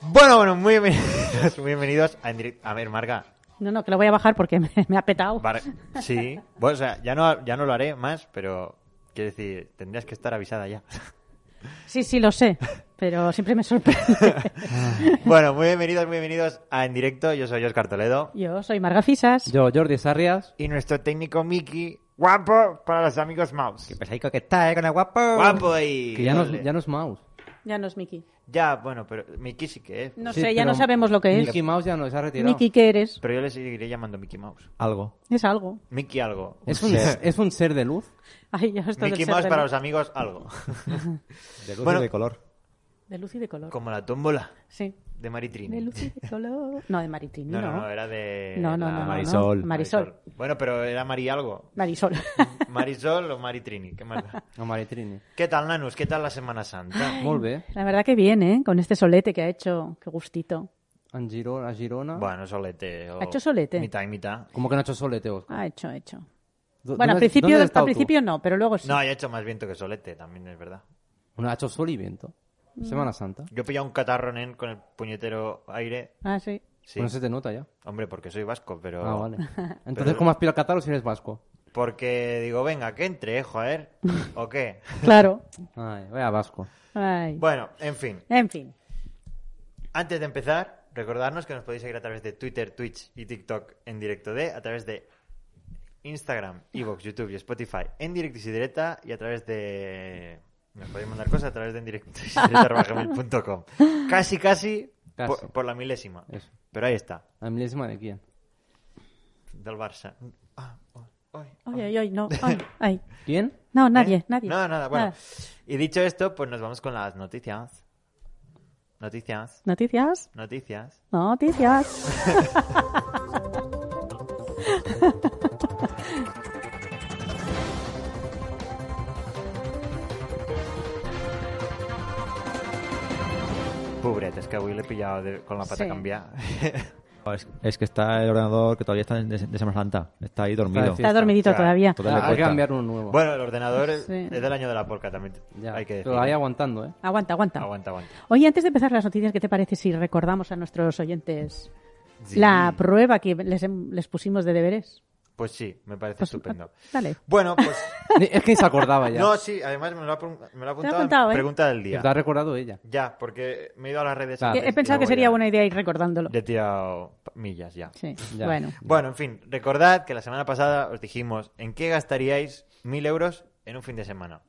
Bueno, bueno, muy bienvenidos, muy bienvenidos a, en Direct- a ver, Marga. No, no, que lo voy a bajar porque me, me ha petado. Bar- Sí, bueno, o sea, ya no, ya no lo haré más, pero quiero decir, tendrías que estar avisada ya. Sí, sí, lo sé, pero siempre me sorprende. Bueno, muy bienvenidos, muy bienvenidos a En Directo. Yo soy Oscar Toledo Yo soy Marga Fisas. Yo, Jordi Sarrias. y nuestro técnico Miki, guapo para los amigos Mouse. Pesaico que está, eh, con el guapo. Guapo y. Que ya no, Ole. es- ya no es Mouse. Ya no es Miki. Ya, bueno, pero Miki sí que es. No Sí, sé, ya pero no sabemos lo que Mickey Mouse ya no se ha es. retirado. Miki, ¿qué eres? Pero yo le seguiré llamando Mickey Mouse. Algo. Es algo. Mickey algo. Es un, es un ser de luz. Ay, ya esto del Mickey ser Mouse de para luz- los amigos algo. De luz Bueno. y de color. De luz y de color. Como la tómbola Sí. de De Maritrini. luz y de color. No, de Maritini, No, no. no, no, eh, era de. No, no, la- no, no, Marisol. no. Marisol. Bueno, pero era Mari algo. Marisol. Marisol o Maritrini, qué más da? No, Maritrini. ¿Qué tal, Nanus? ¿Qué tal la Semana Santa? Molt bé. La verdad que bien, ¿eh? Con este solete que ha hecho. Qué gustito. En Girona, a Girona... Bueno, solete. o- Ha hecho solete. Mitad y mitad. Como que no ha hecho solete, Oscar. Ha hecho, ha hecho. Do- Bueno, ¿dónde al has- principio, dónde has al estado tú? eh. principio no, pero luego sí. No, ya ha hecho más viento que solete, también es verdad. Bueno, ha hecho sol y viento. Mm. Semana Santa. Yo he pillado un catarro nen con el puñetero aire. Ah, sí. Sí. Bueno, se te nota ya. Hombre, porque soy vasco, pero. Ah, vale. Entonces, Pero- ¿cómo has pillado el catarro si eres vasco? Porque digo, venga, que entre, eh, joder. ¿O qué? Claro. Ay, vaya vasco. Ay. Bueno, en fin. En fin. Antes de empezar, recordarnos que nos podéis seguir a través de Twitter, Twitch y TikTok en directo de, a través de Instagram, Evox, YouTube y Spotify en directo y directa y a través de... Nos podéis mandar cosas a través de en directo y directa@gmail.com. Casi, casi, Casi. Por, por la milésima. Eso. Pero ahí está, La milésima de quién. del Barça. Ah, oh, oh. Ay, ay, ay, no. Ay, ay. ¿Quién? No, nadie, ¿Eh? nadie. No, nada, bueno. Y dicho esto, pues nos vamos con las noticias. Noticias, Noticias, noticias. noticias. Pobret, es que avui l'he pillado de- con la pata Sí. cambiada. No, Es, es que está el ordenador que todavía está en- de, de Semana Santa. Está ahí dormido. Está de Está dormidito Claro. todavía. Todavía Ah, le hay que cuesta. cambiar uno nuevo. Bueno, el ordenador es, Sí. es del año de la polca también. ya. Hay que decir. Pero ahí aguantando, ¿eh? Aguanta, aguanta. Aguanta, aguanta. Oye, antes de empezar las noticias, ¿qué te parece si recordamos a nuestros oyentes Sí. la prueba que les, hem- les pusimos de deberes? Pues sí, me parece Pues, estupendo. ah, Dale. Bueno, pues. Ni- es que ni se acordaba ya. no, sí, además me lo ha, apun- me lo ha apuntado. en apuntado, ¿eh? Pregunta del Que día. Te ha recordado ella. Ya, porque me he ido a las redes. Claro. He- antes He y pensado que luego sería ya- buena idea ir recordándolo. Ya he tirado millas ya. Sí, Ya. bueno. Bueno, en fin, recordad que la semana pasada os dijimos en qué gastaríais mil euros en un fin de semana.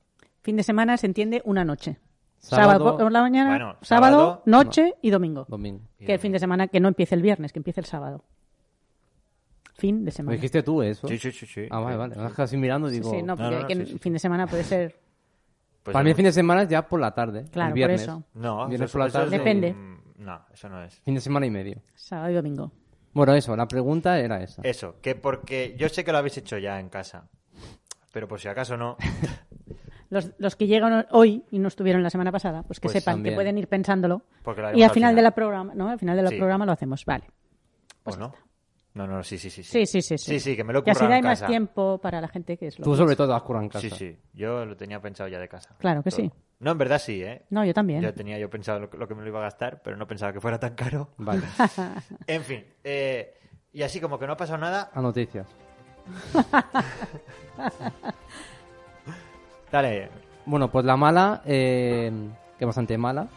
Fin de semana se entiende una noche. Sábado- Sábado por la mañana, Bueno, sábado, sábado, noche y domingo. Domingo. Que el fin de semana que no empiece el viernes, que empiece el sábado. Fin de ¿Lo semana. dijiste tú eso? Sí, sí, sí. sí. Ah, vale, vale. Me has quedado así mirando y Sí, digo... sí, No, no, porque no, no, que sí, el sí. fin de semana puede ser Pues Para mí el algún- fin de semana es ya por la tarde. el Claro, por viernes. eso. No, Vienes eso- por la eso es tarde. Depende. un- No, eso no es. Fin de semana y medio. sábado y domingo. Bueno, eso, la pregunta era esa. Eso, que porque yo sé que lo habéis hecho ya en casa, pero por si acaso no, Los, los que llegan hoy y no estuvieron la semana pasada, pues que Pues sepan también. que pueden ir pensándolo. Porque lo haremos y al al final, final. de la programa, ¿no? Al final del Sí. programa lo hacemos, vale. ¿o no? No, no, sí, sí, sí. Pues Sí, sí, sí, sí. Sí, sí, que me lo he Y así currado da en más casa. tiempo para la gente que es lo Tú que sobre es. todo has curado en casa. Sí, sí, yo lo tenía pensado ya de casa. Claro que sí. No, en verdad sí, ¿eh? No, yo también. Yo tenía yo pensado lo, que- lo que me lo iba a gastar, pero no pensaba que fuera tan caro. Vale, En fin, eh, y así como que no ha pasado nada, a noticias. dale. Bueno, pues la mala, eh, que bastante mala,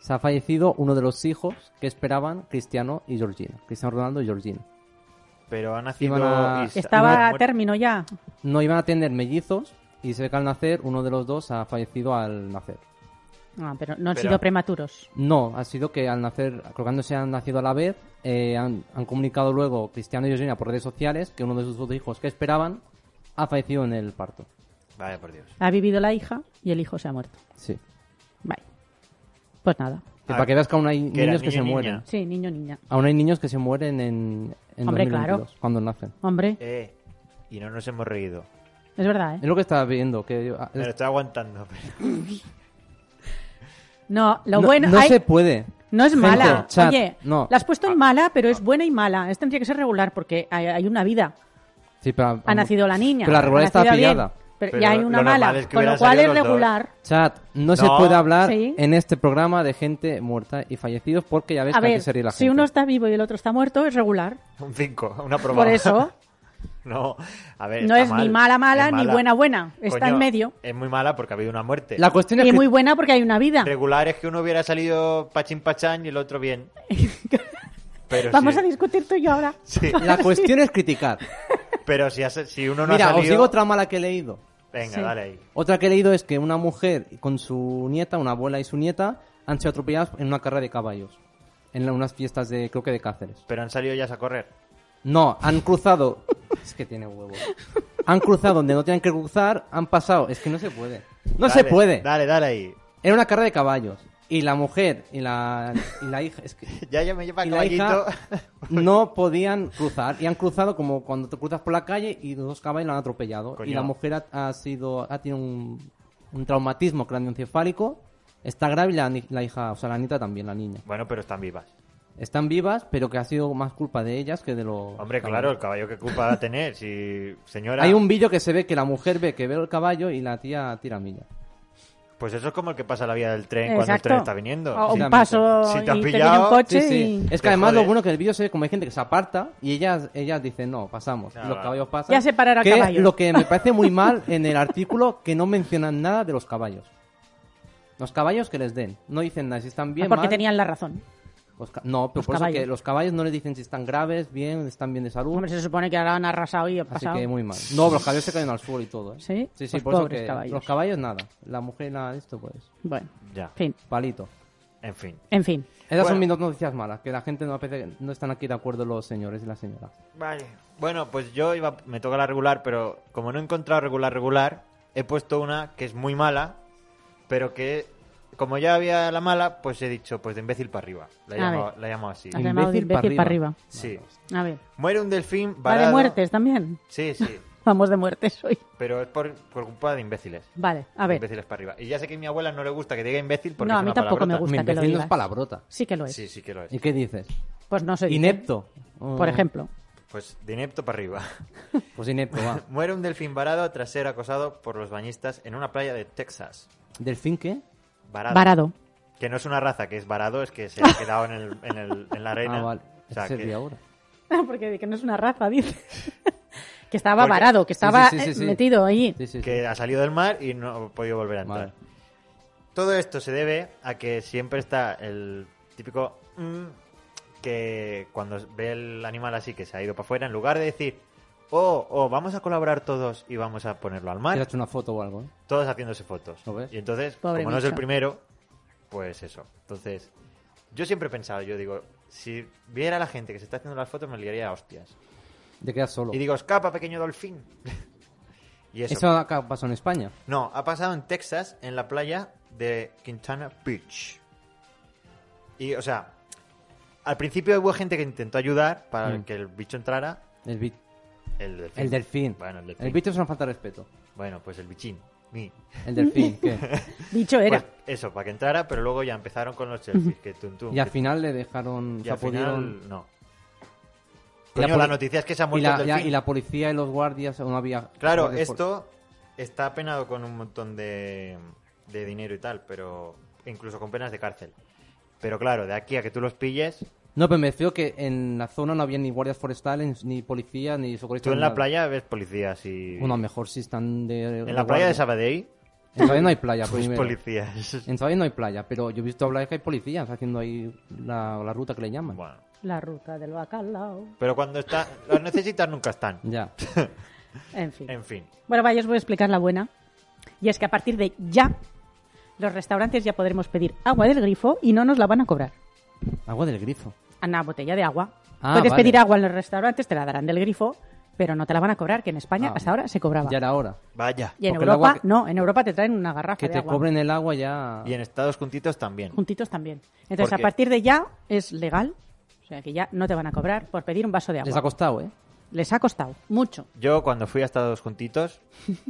se ha fallecido uno de los hijos que esperaban Cristiano y Georgina. Cristiano Ronaldo y Georgina. Pero ha nacido... Iban a- y sa- Estaba iban a a muer- término ya. No iban a tener mellizos y se ve que al nacer uno de los dos ha fallecido al nacer. No, Ah, pero no han Espera. sido prematuros. No, ha sido que al nacer, colocándose han nacido a la vez, eh, han, han comunicado luego Cristiano y Georgina por redes sociales que uno de sus dos hijos que esperaban ha fallecido en el parto. Vale, por Dios. Ha vivido la hija y el hijo se ha muerto. Sí. Vale. Pues nada. Que Ah, para que veas que aún hay que era niños que niño se y niña. mueren. Sí, niño, niña. Aún hay niños que se mueren en, en Hombre, 2022, claro. cuando nacen. Hombre, Eh, y no nos hemos reído. es verdad, Es ¿eh? lo que estaba viendo, que yo- ah, Me lo es- estoy aguantando. pero- No, lo no, bueno... no hay- se puede. No es Gente, mala. chat, Oye, no. Ah. la has puesto en mala, pero es buena y mala. Es tendría que ser regular porque hay, hay una vida. Sí, pero- Ha nacido la niña. Ah, Pero la regular ha está nacido bien, afiliada. Pero, Pero ya hay lo una normal mala, es que con lo hubieran cual es salido los dos. regular. Chat, no, se No. puede hablar Sí. en este programa de gente muerta y fallecidos porque ya ves A que hay ver, que sería la si gente. uno está vivo y el otro está muerto, es regular. Un 5, una probada. Por eso No, a ver. no está es mal, ni mala mala es ni buena buena. Está Coño, en medio. Es muy mala porque ha habido una muerte. La cuestión es Y que muy buena porque hay una vida. Regular es que uno hubiera salido pachín pachán y el otro bien. Pero Vamos sí. a discutir tú y yo ahora. Sí, la cuestión es criticar. pero si, has- si uno no Mira, ha salido... os digo otra mala que he leído. Venga, Sí. dale ahí. Otra que he leído es que una mujer con su nieta, una abuela y su nieta, han sido atropelladas en una carrera de caballos. En la- unas fiestas de, creo que de Cáceres. Pero han salido ya a correr. No, han cruzado. Es que tiene huevo. Han cruzado donde no tenían que cruzar, han pasado. Es que no se puede. No se Dale, puede. Dale, dale ahí. Era una carrera de caballos. Y la mujer y la, y la hija. Es que, Ya, ya me lleva y la caballito. hija no podían cruzar. Y han cruzado como cuando te cruzas por la calle y los dos caballos la han atropellado. Coño. Y la mujer ha, ha sido ha tenido un, un traumatismo cráneoencefálico. Está grave y la, ni- la hija, o sea, la nieta también, la niña. Bueno, pero están vivas. Están vivas, pero que ha sido más culpa de ellas que de los. Hombre, caballos. claro, el caballo que culpa va a tener. Si, señora... Hay un vídeo que se ve que la mujer ve que ve el caballo y la tía tira milla. Pues eso es como el que pasa la vía del tren cuando el Exacto. Ah, tren está viniendo. O Sí. Sí, un paso si te han y te viene pillado, un Sí, coche sí. y Te Es que además jode. lo bueno que el vídeo se ve como hay gente que se aparta y ellas, ellas dicen, no, pasamos. Ah, y los va. caballos pasan. Ya se parará que caballo. Lo que me parece muy mal en el artículo que no mencionan nada de los caballos. Los caballos que les den. No dicen nada, si están bien. Ah, porque mal. tenían la razón. Los ca- no, pero los por eso caballos. que los caballos no les dicen si están graves, bien, están bien de salud. Hombre, se supone que ahora han arrasado y ha Así pasado. que muy mal. No, los caballos se caen al suelo y todo. ¿eh? ¿Sí? sí, Pues por eso pobres que caballos. los caballos nada. La mujer y la esto pues. Bueno, Ya, en fin, Palito. en fin. en fin. Esas son mis Bueno. dos noticias malas, que la gente no, apetece- no están aquí de acuerdo los señores y las señoras. Vale. Bueno, pues yo iba, me toca la regular, pero como no he encontrado regular regular, he puesto una que es muy mala, pero que como ya había la mala, pues he dicho, pues de imbécil para arriba. La he A llamado, ver. la he llamado así. Has llamado de Imbécil pa' imbécil para arriba. arriba. Sí. A ver. Muere un delfín ¿Va varado. de muertes también? Sí, sí. Vamos de muertes hoy. Pero es por, por culpa de imbéciles. Vale, a ver. Imbéciles para arriba. Y ya sé que a mi abuela no le gusta que diga imbécil porque No, es a mí una tampoco me palabrota. gusta Mi que lo imbécil no digas. es palabrota. Sí que lo es. Sí, sí que lo es. ¿Y qué dices? Pues no se dice. Inepto. Oh, Por ejemplo. Pues de inepto para arriba. Pues inepto, va. Muere un delfín varado tras ser acosado por los bañistas en una playa de Texas. ¿Delfín qué? Varado. Varado. Que no es una raza, que es varado, es que se ha quedado en, el- en el- en la arena. Ah, vale. O sea, Ese que- sería ahora. Porque de que no es una raza, dice. que estaba Porque- varado, que Sí, estaba sí, sí, sí, eh, sí. metido ahí. Sí, sí, sí. que ha salido del mar y no ha podido volver a entrar. Vale. Todo esto se debe a que siempre está el típico mm, que cuando ve el animal así que se ha ido para afuera, en lugar de decir, oh, oh, vamos a colaborar todos y vamos a ponerlo al Te has mar, hecho una foto o algo, ¿eh? todos haciéndose fotos. ¿Lo ves? Y entonces, Pobre como no es el bicho. primero, pues eso. Entonces, yo siempre he pensado, yo digo, si viera la gente que se está haciendo las fotos, me liaría a hostias. Te quedas solo. Y digo, escapa, pequeño dolfín. y eso. Eso acá pasó en España. No, ha pasado en Texas, en la playa de Quintana Beach. Y, o sea, al principio hubo gente que intentó ayudar para Mm. que el bicho entrara. El, bi- El delfín. el delfín. Bueno, el delfín. El bicho es una falta de respeto. Bueno, pues el bichín. Mi. El delfín, ¿qué? Dicho era. Pues eso, para que entrara, pero luego ya empezaron con los selfies. que tum, tum, Y al que- final le dejaron... y se al pudieron- final, no. Y la Coño, la poli- noticia es que se ha y muerto la, el ya- delfín. y la policía y los guardias no había... Claro, guardias por- esto está penado con un montón de, de dinero y tal, pero e incluso con penas de cárcel. Pero claro, de aquí a que tú los pilles, No, pero me refiero que en la zona no había ni guardias forestales, ni policía, ni socorristas. tú en ni la nada. playa ves policías y... Bueno, a lo mejor si están de... en la playa de Sabadell, En Sabadell no hay playa, ves primero. policías. En Sabadell no hay playa, pero yo he visto hablar que hay policías haciendo ahí la, la ruta que le llaman. Bueno, La ruta del bacalao. pero cuando está, los necesitas nunca están. Ya. En fin. En fin, Bueno, vaya, os voy a explicar la buena. Y es que a partir de ya, los restaurantes ya podremos pedir agua del grifo y no nos la van a cobrar. Agua del grifo. A una botella de agua. Ah, Puedes vale. pedir agua en los restaurantes, te la darán del grifo, pero no te la van a cobrar, que en España Ah. hasta ahora se cobraba. Ya era hora. vaya. Y en Porque el Europa, agua que- no, en Europa te traen una garrafa Que de te agua. cobren el agua ya... Y en Estados Juntitos también. Juntitos también. Entonces, ¿Por a qué? partir de ya es legal, o sea que ya no te van a cobrar por pedir un vaso de agua. Les ha costado, ¿eh? Les ha costado mucho. Yo cuando fui a Estados Juntitos,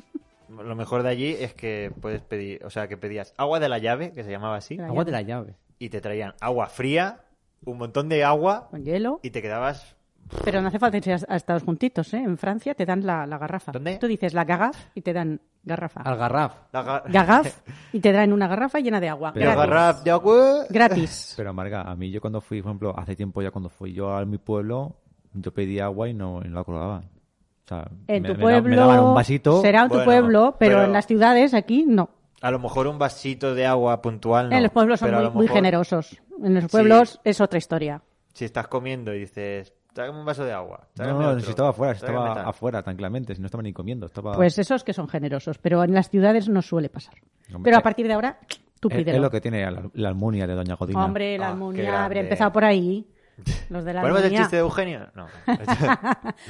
lo mejor de allí es que puedes pedir, o sea, que pedías agua de la llave, que se llamaba así, Claro. La llave. Agua de la llave. y te traían agua fría, un montón de agua Con hielo. y te quedabas Pero no hace falta irse a- a Estados juntitos, ¿eh? En Francia te dan la, la garrafa. ¿Dónde? Tú dices la gagaf y te dan garrafa. Al garraf. La ga- Gagaf y te traen una garrafa llena de agua. Pero la gratis. garraf de agua. Gratis. Pero Marga, a mí yo cuando fui, por ejemplo, hace tiempo ya cuando fui yo a mi pueblo, yo pedí agua y no, y no la colgaban. O sea, En me- tu me da- pueblo. me daban un vasito. Será en tu Bueno, pueblo, pero, pero- en las ciudades aquí no. A lo mejor un vasito de agua puntual. no, en los pueblos son pero a muy, lo muy mejor generosos. En los pueblos Sí. es otra historia. Si estás comiendo y dices, trágame un vaso de agua. No, trágame no, otro, si estaba afuera, si trágame estaba tal". afuera tranquilamente, si no estaba ni comiendo, estaba... Pues esos que son generosos, pero en las ciudades no suele pasar. Hombre, Pero a eh, partir de ahora, tú es, pídelo. es lo que tiene la, la almunia de Doña Godina. Hombre, la Ah, qué Almunia grande. habría empezado por ahí. Los de la ¿Ponemos el Almunia, chiste de Eugenio? No.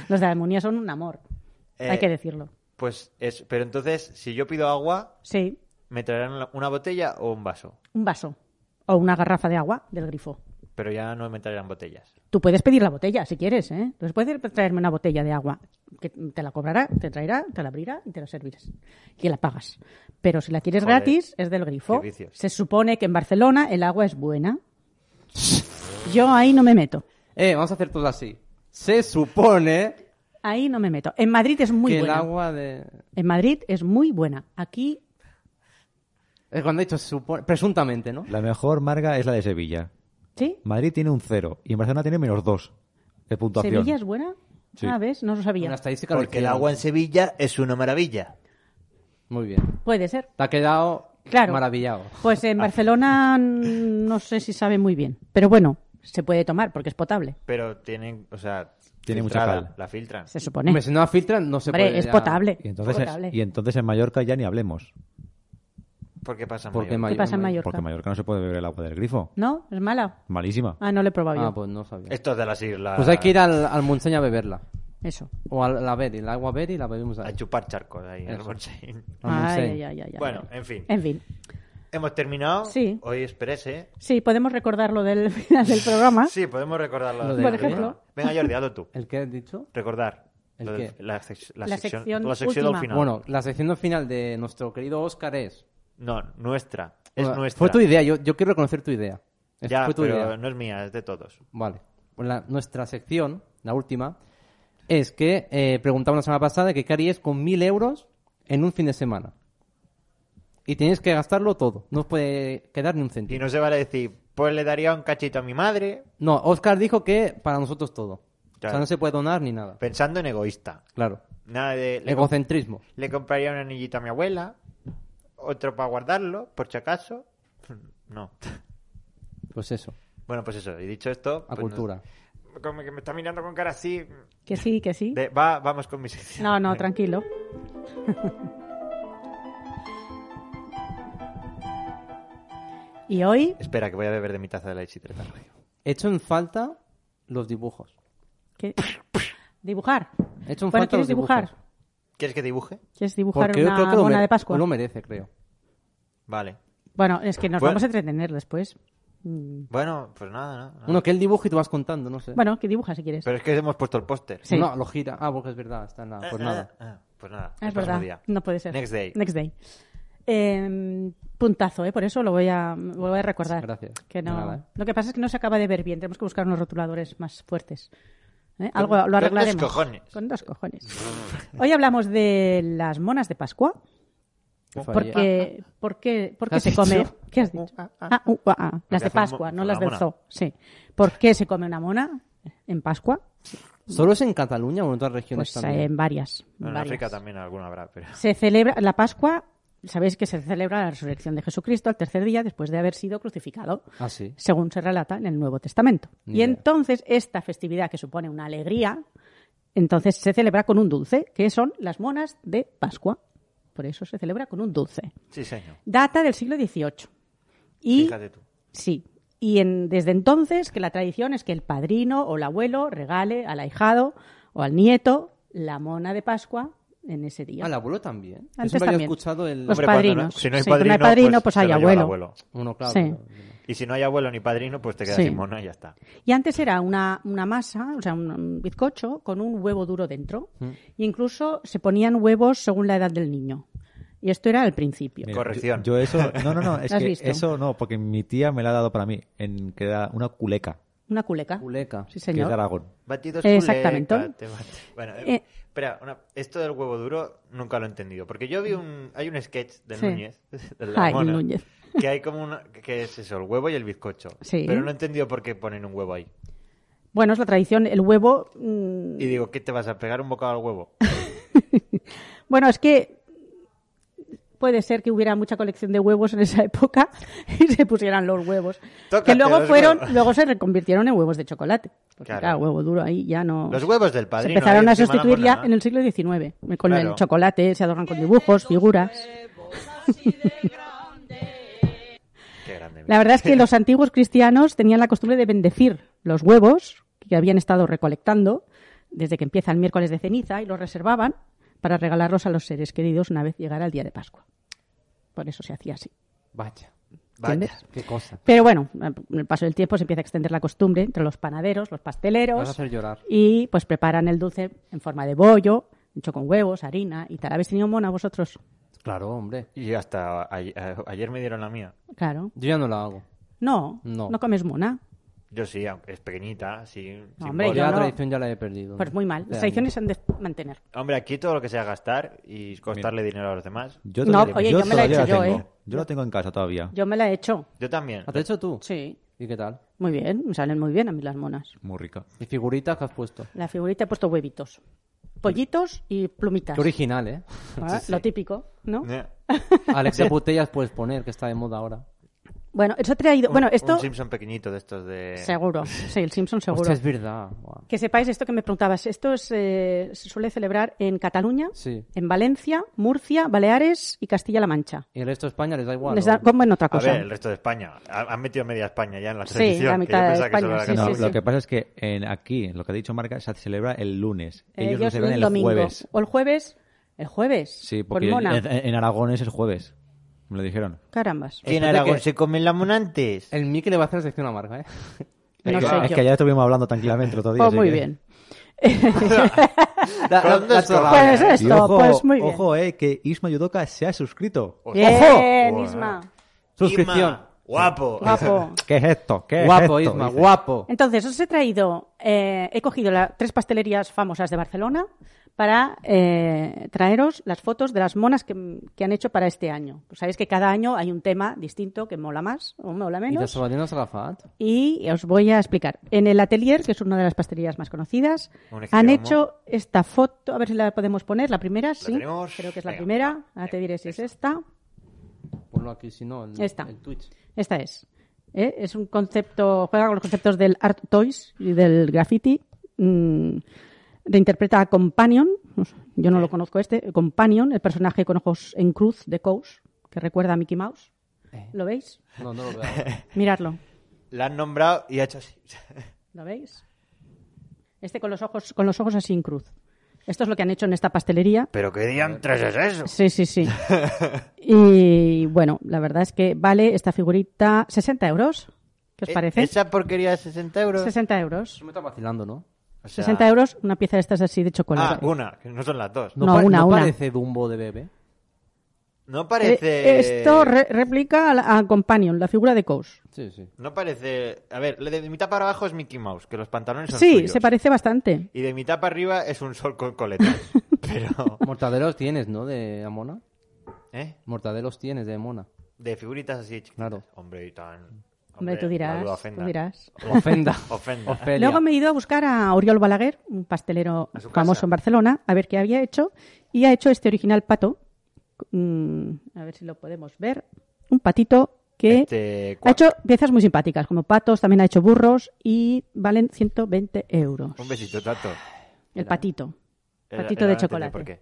los de la Almunia son un amor, Eh, hay que decirlo. pues es, pero entonces, si yo pido agua, Sí, ¿me traerán la- una botella o un vaso? un vaso o una garrafa de agua del grifo. Pero ya no me traerán botellas. Tú puedes pedir la botella si quieres, ¿eh? Entonces puedes decir, traerme una botella de agua, que te la cobrará, te traerá, te la abrirá y te la servirás. Y la pagas. Pero si la quieres Joder, gratis, es del grifo. qué vicios. Se supone que en Barcelona el agua es buena. Yo ahí no me meto. Eh, vamos a hacer todo así. Se supone Ahí no me meto. En Madrid es muy que buena. el agua de... En Madrid es muy buena. Aquí Es eh, cuando he dicho se supone... Presuntamente, ¿no? La mejor marga es la de Sevilla. ¿Sí? Madrid tiene un cero y en Barcelona tiene menos dos de puntuación. ¿Sevilla es buena? Sí. Ah, ¿ves? No lo sabía. Una estadística lo Porque el hicieron. agua en Sevilla es una maravilla. Muy bien. Puede ser. Te ha quedado Claro. maravillado. Pues Ah. en Barcelona mm, no sé si sabe muy bien. Pero bueno, se puede tomar porque es potable, Pero tienen, o sea, Tiene mucha filtrada, cal. la filtran. se supone. Hombre, si no la filtran, no se Hombre, puede es ya. potable. Y entonces, potable. y entonces en Mallorca ya ni hablemos. ¿Por qué pasa en Porque Mallorca? Mallorca- ¿Qué pasa en Mallorca? Porque en Mallorca no se puede beber el agua del grifo. ¿No? ¿Es mala? Malísima. Ah, no lo he probado Ah, yo. pues no sabía. Esto es de las islas. Pues hay que ir al, al Montseny a beberla. Eso. O a la Beri, el agua Beri la bebemos a ahí. chupar charcos ahí en el Eso. Montseny. Ah, Ay, sí. ay, ay, ay, ay. Bueno, en fin. Eh. En fin. Hemos terminado. Sí. Hoy esperese. Sí, podemos recordar lo del final del programa. Sí, podemos recordarlo. Lo de- Por ejemplo. Venga, Jordi, hazlo tú. ¿El qué has dicho? Recordar. ¿El Lo de- qué? La, sec- la La sección, sección la sección última. del final. Bueno, la sección final de nuestro querido Óscar es... No, nuestra. Es Bueno, nuestra. Fue tu idea, yo, yo quiero reconocer tu idea. Es- Ya, fue tu pero idea. no es mía, es de todos. Vale. Pues la- nuestra sección, la última, es que eh, preguntamos la semana pasada que qué harías con mil euros en un fin de semana. Y tenéis que gastarlo todo. No os puede quedar ni un Y céntimo. no se vale decir, pues le daría un cachito a mi madre, No, Oscar dijo que para nosotros todo. O sea, Claro. no se puede donar ni nada. pensando en egoísta. Claro. Nada de. Le, comp- Egocentrismo. le compraría un anillito a mi abuela, otro para guardarlo, por si acaso. No. Pues eso. Bueno, pues eso, y dicho esto. A pues nos- cultura. como que me está mirando con cara así. Que sí, que sí. de, va, vamos con mi sección. No, no, tranquilo. y hoy, Espera, que voy a beber de mi taza de la Ichitreta Radio. He hecho en falta los dibujos. ¿qué? dibujar. He hecho Bueno, en falta los ¿quieres dibujar? dibujos. ¿Quieres que dibuje? ¿Quieres dibujar Porque yo una creo que lo mona mere- de Pascua? Lo merece, creo. Vale. Bueno, es que nos Bueno. vamos a entretener después. Mm. Bueno, pues nada, ¿no? Uno que él dibuje y tú vas contando, no sé. Bueno, que dibuja si quieres. Pero es que hemos puesto el póster. Sí. No, lo gira. Ah, porque es verdad, está en la. Pues nada. Ah, pues nada. el es próximo verdad. día. No puede ser. Next day. Next day. Eh, puntazo, ¿eh? por eso lo voy a, lo voy a recordar. Gracias. Que no, De nada, ¿eh? Lo que pasa es que no se acaba de ver bien. Tenemos que buscar unos rotuladores más fuertes. ¿Eh? Algo lo arreglaremos. dos cojones. Con dos cojones. Hoy hablamos de las monas de Pascua. Pues Que fue ayer. Porque, porque, porque ¿Has se come. dicho? ¿Qué has dicho? Ah, uh, ah, ah. Las hace un de mo- Pascua, no con las la del mona. zoo. Sí. ¿Por qué se come una mona en Pascua? ¿Solo es en Cataluña o en otras regiones Pues eh, también? en varias. Bueno, en varias. África también alguna habrá, pero... Se celebra la Pascua. Sabéis que se celebra la resurrección de Jesucristo al tercer día después de haber sido crucificado, Ah, sí. según se relata en el Nuevo Testamento. Y Ni idea. entonces esta festividad que supone una alegría, entonces se celebra con un dulce, que son las monas de Pascua. Por eso se celebra con un dulce. Sí, señor. Data del siglo XVIII. Y Fíjate tú. Sí. Y en- desde entonces que la tradición es que el padrino o el abuelo regale al ahijado o al nieto la mona de Pascua en ese día. Ah, el abuelo también. Yo Antes siempre también. Pues había escuchado el. Los Hombre, cuando no- padrinos. si no hay Sí, padrino, no hay padrino, pues se hay lo lleva el abuelo. Uno, claro. Sí. pero- Y si no hay abuelo ni padrino, pues te quedas Sí. sin mono y ya está. Y antes era una, una masa, o sea, un, un bizcocho con un huevo duro dentro. Y incluso se ponían huevos según la edad del niño. Y esto era al principio. Mira, Corrección. Yo, yo eso, no, no, no, es ¿Lo has que visto? eso no, porque mi tía me la ha dado para mí, en que era una culeca. Una culeca. Culeca. Sí, Que es de señor. Aragón. Batidos Exactamente. culeca, te bate- Bueno, eh, Eh. espera, una- esto del huevo duro nunca lo he entendido. Porque yo vi un. Hay un sketch de Sí. Núñez. de la Ay, mona, Núñez. Que hay como una. Que es eso, el huevo y el bizcocho. Sí. Pero no he entendido por qué ponen un huevo ahí. Bueno, es la tradición, el huevo. mm, Y digo, ¿qué te vas a pegar un bocado al huevo? Bueno, es que puede ser que hubiera mucha colección de huevos en esa época y se pusieran los huevos. Tócate que luego los fueron, huevos. luego se reconvirtieron en huevos de chocolate. Porque Claro. claro, huevo duro ahí ya no. Los huevos del se padrino. empezaron ahí a encima la sustituir ya mona. en el siglo XIX. Con Claro. el chocolate se adornan con dibujos, figuras. Qué grande. La verdad es que los antiguos cristianos tenían la costumbre de bendecir los huevos que habían estado recolectando desde que empieza el miércoles de ceniza y los reservaban para regalarlos a los seres queridos una vez llegara el día de Pascua. Por eso se hacía así. Vaya, Vaya. ¿entiendes? qué cosa. Pero bueno, con el paso del tiempo se empieza a extender la costumbre entre los panaderos, los Me Vas a pasteleros hacer llorar. y pues preparan el dulce en forma de bollo, hecho con huevos, harina y tal. ¿Habéis tenido mona vosotros? Claro, hombre. Y hasta a- a- ayer me dieron la mía. Claro. Yo ya no la hago. No, No. no, comes mona. Yo sí, aunque es pequeñita, sí. sin hombre, bol. Yo la no. tradición ya la he perdido. Pues muy mal. Hace Las años. tradiciones se han de mantener. Hombre, aquí todo lo que sea gastar y costarle dinero a los demás. Yo No, todavía- oye, yo me la he todavía hecho yo, tengo. ¿eh? Yo la tengo en casa todavía. Yo me la he hecho. Yo también. ¿La ¿Has Ah, hecho tú? Sí, ¿Y qué tal? muy bien, me salen muy bien a mí las monas. Muy rica. ¿Y figuritas que has puesto? La figurita he puesto huevitos, pollitos y plumitas. Qué original, ¿eh? Ah, Lo típico, ¿no? Eh, Alex de Putellas puedes poner, que está de moda ahora. Bueno, eso te ha ido. un- Bueno, esto Un Simpson pequeñito de estos de... seguro, sí, el Simpson seguro. Hostia, es verdad. Buah. Que sepáis esto que me preguntabas. Esto es, eh, se suele celebrar en Cataluña, Sí. en Valencia, Murcia, Baleares y Castilla-La Mancha. ¿Y el resto de España les da igual? Les o- da como en otra A cosa. ver, el resto de España. Ha- Han metido media España ya en la Sí, tradición. la que mitad yo de pensaba que solo España, era sí, Cataluña. No, sí, lo sí. que pasa es que en aquí, lo que ha dicho Marca, se celebra el lunes. Ellos, lo Ellos celebran un el Eh, domingo. jueves. O el jueves. El jueves. Sí, con porque mona. en, en Aragón es el jueves. Me lo dijeron. Carambas. ¿Que en Espérate Aragón que- se comen las monantes? El Mickey le va a hacer sección a Marca, ¿eh? No es, sé que, Ah, es yo. que allá estuvimos hablando tranquilamente el otro día. Pues así muy que- bien. Da- da- ¿Dónde da está? chorrada, Pues ¿eh? es Y esto, ojo, pues muy bien. ojo, eh, que Isma Yudoka se ha suscrito. ¡Ojo! Bien, Guau. Isma. Suscripción. Isma, Guapo. Guapo. ¿Qué es esto? ¿Qué es Guapo, esto? Isma, Dice. guapo. Entonces, os he traído, eh, he cogido las tres pastelerías famosas de Barcelona para eh, traeros las fotos de las monas que, que han hecho para este año. Pues sabéis que cada año hay un tema distinto que mola más o mola ¿Y las menos. sabatinas Arafat? Y os voy a explicar. En el Atelier, que es una de las pastelerías más conocidas, Un han extremo. hecho esta foto. A ver si la podemos poner. La primera, sí. tenemos? Creo que es la Venga, primera. va, Ahora te venga, diré si es esa. esta. Ponlo aquí, si no, el, Esta. el Twitch. Esta es. ¿eh? Es un concepto, juega con los conceptos del art toys y del graffiti. mm, reinterpreta a Companion, no sé, yo no lo conozco este, Companion, el personaje con ojos en cruz de Coase, que recuerda a Mickey Mouse. Eh. ¿Lo veis? No, no lo veo. ahora. Miradlo. La han nombrado y ha hecho así. ¿Lo veis? Este con los ojos, con los ojos así en cruz. Esto es lo que han hecho en esta pastelería. ¿Pero qué diantres es eso? Sí, sí, sí. Y bueno, la verdad es que vale esta figurita 60 euros. ¿Qué os ¿E- parece? ¿Esa porquería de 60 euros? 60 euros. Eso me está vacilando, ¿no? O sea- 60 euros, una pieza de estas así de Ah, chocolate. Eh, una. que No son las dos. No, pa- una, una. parece Dumbo de bebé. No Eh, parece... esto re- replica a, la- a Companion, la figura de Coase. Sí, sí. No parece... A ver, de mitad para abajo es Mickey Mouse, que los pantalones son Sí, suyos. se parece bastante. Y de mitad para arriba es un sol con coletas. Pero... Mortadelos tienes, ¿no? De Amona. ¿Eh? Mortadelos tienes de Mona. De figuritas así chiquitas. Claro. Hombre, y tan... Hombre, tú la dirás, duda tú ofenda. dirás. Ofenda. Ofenda. Ofelia. Luego me he ido a buscar a Oriol Balaguer, un pastelero A su casa. famoso en Barcelona, a ver qué había hecho. Y ha hecho este original pato. Mm, a ver si lo podemos ver. Un patito que Este, ha cua- hecho piezas muy simpáticas, como patos, también ha hecho burros y valen 120 euros. Un besito, Tato. El patito. Era- Patito era- de no entendí chocolate. por qué.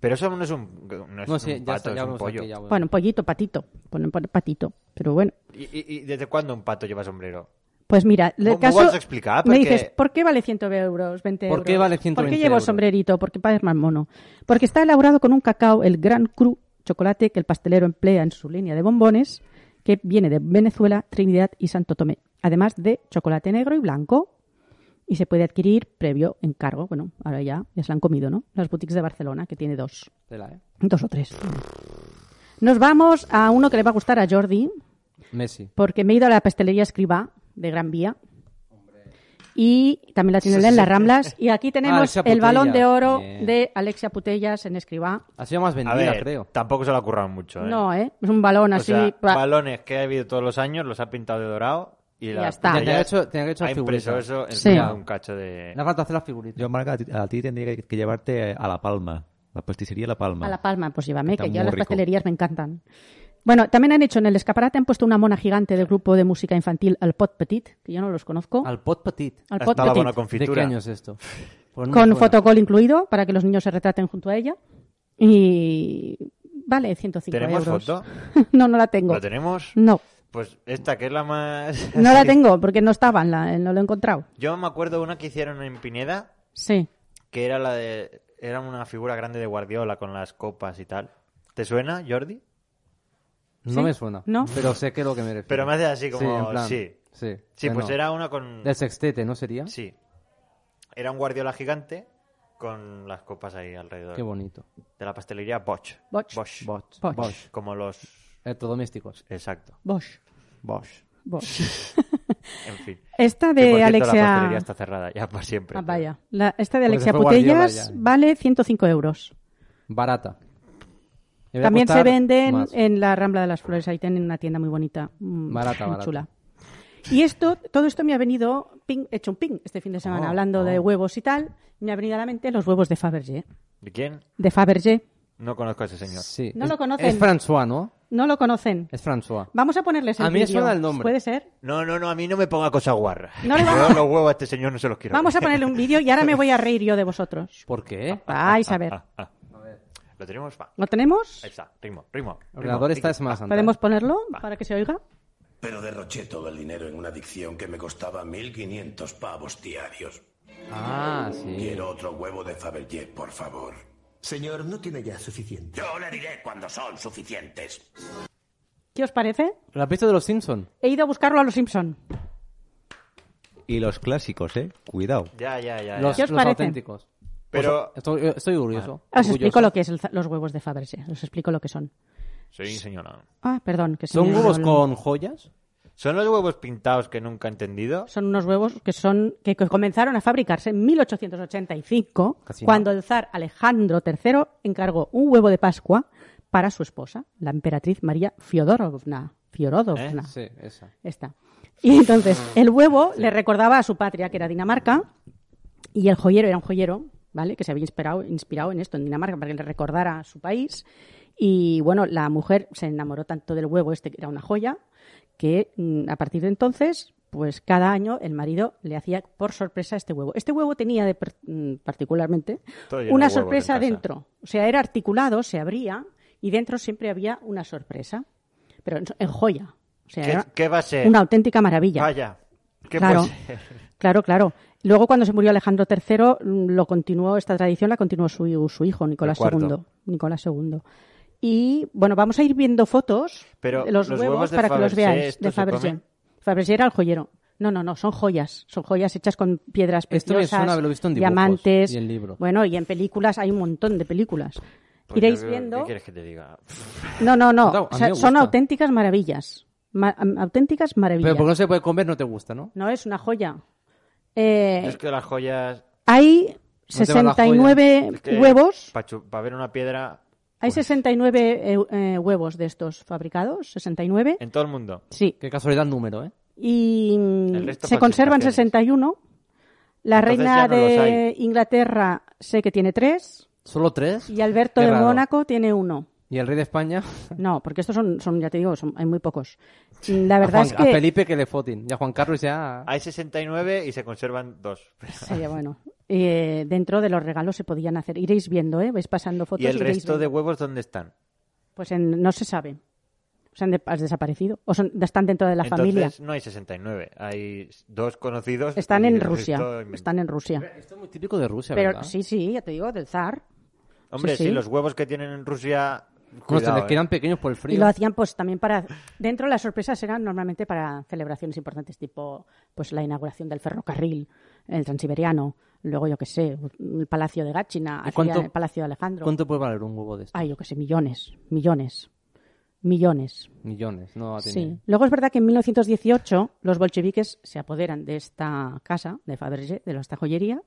Pero eso no es un, no es No un sé, ya, pato, está, es ya un vemos pollo. aquí. Ya vemos. Bueno, un pollito, patito. Ponen pon- patito. Pero bueno. ¿Y, y- y desde cuándo un pato lleva sombrero? Pues mira, el ¿Cómo caso. vas a explicar? Me Porque- dices, ¿por qué vale 120 euros? 20 Ah, ¿Por qué euros? vale ¿Por 120 qué llevo euros? sombrerito? Porque parece más mono. Porque está elaborado con un cacao, el Gran Cru, chocolate que el pastelero emplea en su línea de bombones, que viene de Venezuela, Trinidad y Santo Tomé. Además de chocolate negro y blanco. Y se puede adquirir previo encargo. Bueno, ahora ya, ya se la han comido, ¿no? Las boutiques de Barcelona, que tiene dos. Tela, ¿eh? Dos o tres. Nos vamos a uno que le va a gustar a Jordi, Messi. porque me he ido a la pastelería Escribá de Gran Vía. Y también la tienen en las Ramblas. Y aquí tenemos Ah, Alexia el balón de Putellas. oro Bien. de Alexia Putellas en Escribá. Ha sido más vendida, A ver, creo. tampoco se lo ha currado mucho. ¿eh? No, ¿eh? Es un balón O así. sea, pa- balones que ha habido todos los años, los ha pintado de dorado y Y la Ah, ya está. Putellas Tenía que hecho- tenía que hecho ha impreso figuritas. eso en Sí. un cacho de... Le ha faltado hacer las figuritas. Yo, Marga, a ti, a ti tendría que, que llevarte a La Palma. La pasticería La Palma. A La Palma, pues llévame, Está que ya muy las rico. pastelerías me encantan. Bueno, también han hecho en el escaparate, han puesto una mona gigante del grupo de música infantil Al Pot Petit, que yo no los conozco. Al pot petit. Al Ha Pot estado la Petit. buena ¿De qué confitura. año es esto? Pues no me Con suena. fotocol incluido, para que los niños se retraten junto a ella. Y vale, 105 ¿Tenemos euros. foto? no, no la tengo. ¿Lo tenemos? No, Pues esta que es la más... no la tengo, porque no estaba, en la, no lo he encontrado. Yo me acuerdo una que hicieron en Pineda, Sí. que era la de... Era una figura grande de Guardiola con las copas y tal. ¿Te suena, Jordi? No ¿Sí? me suena. ¿No. Pero sé que es lo que me refiero. Pero me hace así como, en plan, sí. Sí, Sí, Pero pues no. era una con... Del sextete, ¿no sería? Sí. Era un Guardiola gigante con las copas ahí alrededor. Qué bonito. De la pastelería Bosch. Bosch. Bosch. Eh, Bosch. Bosch. Como los... Electrodomésticos. Exacto. Bosch. Bosch. Bosch. En fin. Que, por Esta de cierto, La Alexia. pastelería está cerrada ya para siempre. Ah, vaya. La- esta de Porque Alexia se fue Guardiola Putellas ya. vale 105 euros. Barata. Le voy a También se costar venden más. en la Rambla de las Flores. Ahí tienen una tienda muy bonita. mm, Barata, muy barata. chula. Y esto, todo esto me ha venido, ping, he hecho un ping este fin de semana, Oh, hablando de oh. huevos y tal, me ha venido a la mente los huevos de Fabergé. ¿De quién? De Fabergé. No conozco a ese señor. Sí. No Es- lo conocen. Es François, ¿no? No lo conocen. Es François. Vamos a ponerles el A mí me vídeo. suena el nombre. ¿Puede ser? No, no, no, a mí no me ponga cosa guarra. No le Yo vamos- los huevos a este señor no se los quiero. Vamos a ver. ponerle un vídeo y ahora me voy a reír yo de vosotros. ¿Por qué? Ah, Vais a ver. Lo tenemos, va. Ah, ¿Lo tenemos? Ahí está, ritmo, ritmo. El ordenador ritmo, está ritmo. esmasando. ¿Podemos ponerlo para que se oiga? Pero derroché todo el dinero en una adicción que me costaba 1.500 pavos diarios. Ah, sí. Quiero otro huevo de Fabergé, por favor. Mm. Señor, no tiene ya suficiente. Yo le diré cuando son suficientes. ¿Qué os parece? ¿Lo has visto de los Simpson? He ido a buscarlo a los Simpson. Y los clásicos, ¿eh? Cuidado. Ya, ya, ya. ya. Los, ¿Qué os los parece? auténticos. Pero. Pues, estoy, estoy orgulloso. Ah, Os explico orgulloso. lo que es el za- los huevos de Fabergé. Os explico lo que son. Sí, señora. Ah, perdón. Que se ¿Son me ha huevos ido el- con joyas? ¿Son los huevos pintados que nunca he entendido? Son unos huevos que son que que comenzaron a fabricarse en 1885, Casi no. cuando el zar Alejandro III encargó un huevo de Pascua para su esposa, la emperatriz María Fiodorovna. Fiodorovna. Sí, esa. Esta. Y entonces, Ah. el huevo le recordaba a su patria, que era Dinamarca, y el joyero era un joyero, ¿vale? Que se había inspirado, inspirado en esto, en Dinamarca, para que le recordara a su país. Y bueno, la mujer se enamoró tanto del huevo este, que era una joya, que mm, a partir de entonces, pues cada año el marido le hacía por sorpresa este huevo. Este huevo tenía de per- mm, particularmente Todo lleno de una huevos en sorpresa casa. dentro. O sea, era articulado, se abría, y dentro siempre había una sorpresa. Pero en, en joya. O sea, ¿Qué, era- qué va a ser? una auténtica maravilla. Eh. Vaya. ¿Qué claro, puede ser? claro, claro. Luego, cuando se murió Alejandro III, lo continuó, esta tradición la continuó su, su hijo, Nicolás El cuarto. II. Nicolás II. Y bueno, vamos a ir viendo fotos Pero de los, los huevos, huevos de para que los Fabergé, veáis ¿esto de se Fabergé. comen? Fabergé era el joyero. No, no, no, son joyas. Son joyas hechas con piedras Esto me preciosas, suena haberlo visto en dibujos diamantes. y en libros. Bueno, y en películas, hay un montón de películas. Pues Iréis yo creo- viendo. ¿Qué quieres que te diga? No, no, no. No, a O mí sea, me son gusta. auténticas maravillas. Ma- auténticas maravillas. Pero porque no se puede comer, no te gusta, ¿no? No es una joya. Eh, Es que las joyas. Hay No te va la joya. 69 es que pues. huevos. Para ver una piedra Hay 69 eh, eh, huevos de estos fabricados, 69. en todo el mundo. Sí. Qué casualidad el número, ¿eh? Y mm, El resto falsificaciones. se conservan 61. La Entonces reina ya no los de hay. Inglaterra sé que tiene tres ¿Solo tres? y Alberto Qué de raro. Mónaco tiene uno. ¿Y el rey de España? No, porque estos son, son ya te digo, son, hay muy pocos. La A, verdad Juan- es a que Felipe que le fotin. Y a Juan Carlos ya... Hay 69 y se conservan dos. Sí, bueno, eh, dentro de los regalos se podían hacer. Iréis viendo, ¿eh? Vais pasando fotos. ¿Y el iréis resto viendo. de huevos dónde están? Pues en- no se sabe. O sea, han de- has desaparecido. O son, están dentro de la Entonces, familia. No hay 69, hay dos conocidos. Están y en el Rusia. resto inventado. Están en Rusia. Esto es muy típico de Rusia, Pero ¿verdad? sí, sí, ya te digo, del zar. Hombre, Sí, si sí. los huevos que tienen en Rusia. No, se cuidado, les eh. quedan pequeños por el Y frío. lo hacían pues también para... Dentro las sorpresas eran normalmente para celebraciones importantes, tipo pues la inauguración del ferrocarril, el transiberiano, luego yo qué sé, el Palacio de Gáchina, ¿Y cuánto- el Palacio de Alejandro. ¿Cuánto puede valer un huevo de esto? Ay, yo qué sé, millones, millones. millones. Millones, no ha tenido. Sí. Luego es verdad que en 1918 los bolcheviques se apoderan de esta casa de Fabergé, de esta joyería,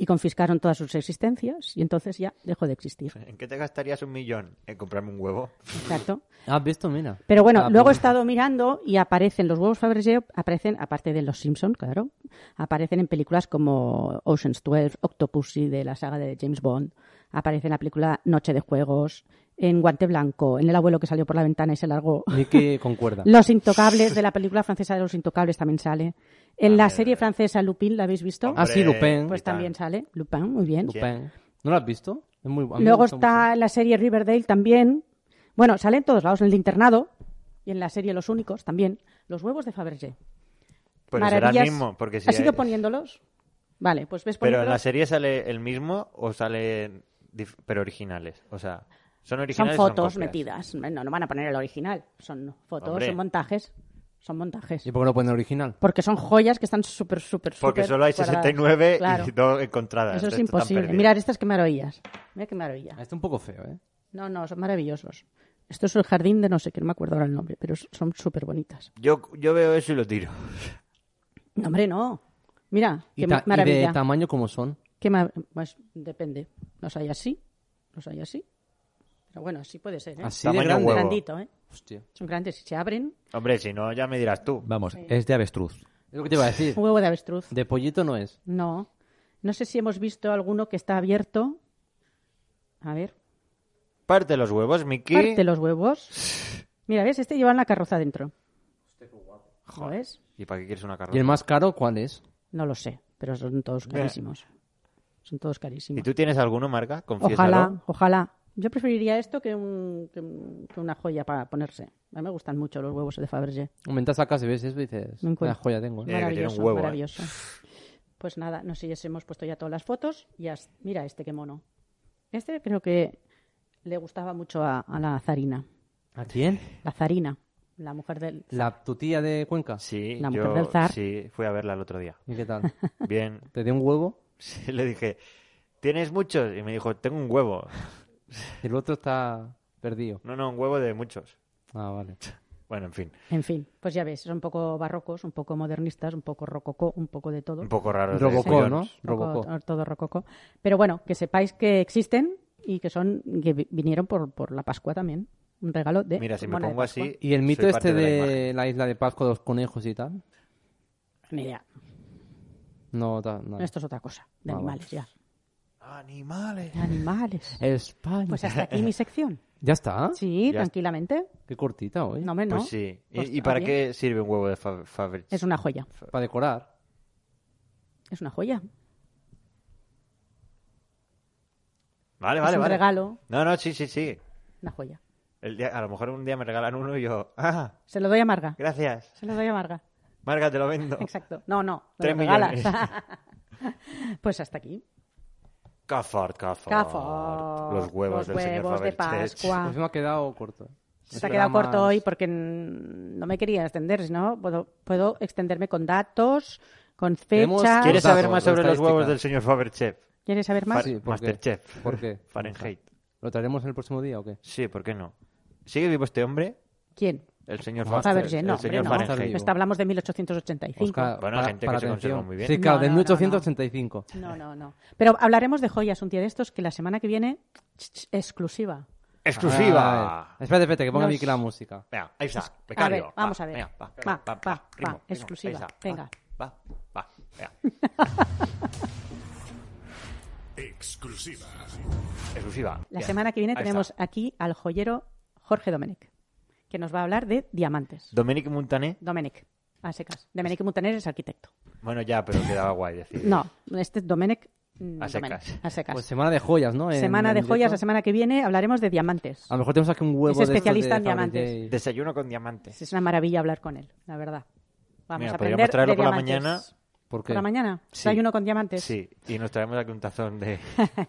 y confiscaron todas sus existencias y entonces ya dejó de existir. ¿En qué te gastarías un millón? ¿En comprarme un huevo? Exacto. ¿Has visto? Mira. Pero bueno, Ah, luego he pues, estado mirando y aparecen los huevos Fabergé, aparecen, aparte de Los Simpson, claro, aparecen en películas como Ocean's 12, Octopussy de la saga de James Bond, aparece en la película Noche de Juegos, en Guante Blanco, en El abuelo que salió por la ventana y se largó. Y que concuerda. Los Intocables, de la película francesa de Los Intocables también sale. En la serie francesa Lupin, ¿la habéis visto? Ah, sí, Lupin. Pues también sale. Lupin, muy bien. Lupin. ¿No lo has visto? Es muy bu- a mí me Luego gusta está en la serie Riverdale también. Bueno, sale en todos lados, en el de internado y en la serie Los Únicos también. Los huevos de Fabergé. Pero Pues será Maravillas. el mismo, porque si ¿Has ido hay- poniéndolos? Vale, pues ves Pero en la poniéndolos. serie sale el mismo o salen dif- pero originales, o sea, son Son originales. o fotos copias? metidas. No, no van a poner el original. Son fotos, Hombre. son montajes. Son montajes. ¿Y por qué no ponen original? Porque son joyas que están súper, súper, súper. Porque solo hay cuadradas. 69 Claro. y dos encontradas. Eso el es resto están imposible. perdidas. Mirad estas que maravillas. Mira qué maravilla. Está un poco feo, ¿eh? No, no, son maravillosos. Esto es el jardín de no sé qué, no me acuerdo ahora el nombre, pero son súper bonitas. Yo, yo veo eso y lo tiro. No, hombre, no. Mira, Y, qué ta- ma- y de maravilla. tamaño como son. Qué ma- pues depende. Los hay así, los hay así. Pero bueno, así puede ser, ¿eh? Así Tamaño de grande. huevo. Grandito, ¿eh? Hostia. Son grandes y se abren. Hombre, si no, ya me dirás tú. Vamos, es de avestruz. Es lo que te iba a decir. Un huevo de avestruz. De pollito no es. No. No sé si hemos visto alguno que está abierto. A ver. Parte los huevos, Miki. Parte los huevos. Mira, ¿ves? Este lleva una carroza dentro. ¿Lo ves? ¿Y para qué quieres una ¿Y el carroza? más caro cuál es? No lo sé, pero son todos carísimos. Son todos ¿Y carísimos. tú tienes alguno, Marca? Confiésalo. Ojalá, ojalá. Yo preferiría esto que, un- que un- que una joya para ponerse. A mí me gustan mucho los huevos de Fabergé. Aumentas acá si ves eso y dices, No una encuentro. joya tengo. Eh, que tiene un Maravilloso, huevo, ¿eh? maravilloso. Pues nada, no sé si os hemos puesto ya todas las fotos. Y as- mira este, qué mono. Este creo que le gustaba mucho a, a la zarina. ¿A quién? La zarina, la mujer del... La tu tía de Cuenca. Sí, La yo mujer del zar. sí, fui a verla el otro día. ¿Y qué tal? Bien. ¿Te dio un huevo? Sí, le dije, ¿tienes muchos? Y me dijo, tengo un huevo. y El otro está perdido. No, no, un huevo de muchos. Ah, vale. Bueno, en fin. En fin, pues ya ves, son un poco barrocos, un poco modernistas, un poco rococó, un poco de todo. Un poco raro. de Robocó, guión. ¿no? Poco Robocó. to- todo rococó. Pero bueno, que sepáis que existen y que son que vi- vinieron por, por la Pascua también. Un regalo de. Mira, si me mona de pongo Pascua. así. ¿Y el mito soy este parte de, la imagen. la isla de Pascua de los conejos y tal? Ni idea. No, ta- no. Esto es otra cosa. De Ah, vale. animales, ya. Animales. De animales. España. Pues hasta aquí mi sección. ¿Ya está? Sí, Ya. tranquilamente. Qué cortita hoy. No, hombre, no. Pues sí. ¿Y, Pues y para está qué sirve un huevo de Fa- Faberge? Es una joya. Para decorar. Es una joya. Vale, vale, es un vale. regalo. No, no, sí, sí, sí. Una joya. El día- a lo mejor un día me regalan uno y yo, ah, Se lo doy a Marga. gracias. Se lo doy a Marga. Marga, te lo vendo. Exacto. No, no. me Tres lo regalas. pues hasta aquí. Cafard, Cafard. Cafard. Los huevos Los del señor huevos de Faberge. Pascua. Pues me ha quedado corto. Ah. Se ha quedado Programas- corto hoy porque mm, no me quería extender, sino puedo, puedo extenderme con datos, con Tenemos- fechas. ¿Quieres Los saber datos, más sobre las los huevos estadísticas. del señor Faberge? ¿Quieres saber más? Sí, ¿por qué? Masterchef. ¿Por qué? Fahrenheit. ¿Lo traeremos el próximo día o qué? Sí, ¿por qué no? ¿Sigue vivo este hombre? ¿Quién? El señor Faberge, Faberge. no, El señor hombre, no. Fahrenheit. Está Esta hablamos de 1885. Oscar, Bueno, gente que se conserva muy bien. Sí, claro, No, de no, no, no. 1885. No, no, no. Pero hablaremos de joyas un día de estos que la semana que viene, ch, ch, exclusiva. ¡Exclusiva! Ah, espérate, espérate, que ponga Nos- Vicky la música. Venga, ahí está. A Becario. ver, vamos Va, a ver. venga, Va, va, va, va, Ritmo, ritmo. exclusiva. Ahí está. Venga. Va, va, venga. Exclusiva. Exclusiva. La Bien. semana que viene Ahí tenemos está. aquí al joyero Jorge Domenech, que nos va a hablar de diamantes. Dominic Montané. Domenech, a secas. Domenech Muntaner es arquitecto. Bueno, ya, pero quedaba guay decir. No, este es Domenech. mm, A secas. Domenech, a secas. Pues semana de joyas, ¿no? En- Semana en de directo. joyas, la semana que viene hablaremos de diamantes. Ah. A lo mejor tenemos aquí un huevo Es de estos especialista de en Fabergé. diamantes. Desayuno con diamantes. Es una maravilla hablar con él, la verdad. Vamos Mira, a podríamos aprender traerlo de por la diamantes. mañana. ¿Por qué? ¿Por la mañana? Sí. ¿Hay uno con diamantes? Sí, y nos traemos aquí un tazón de,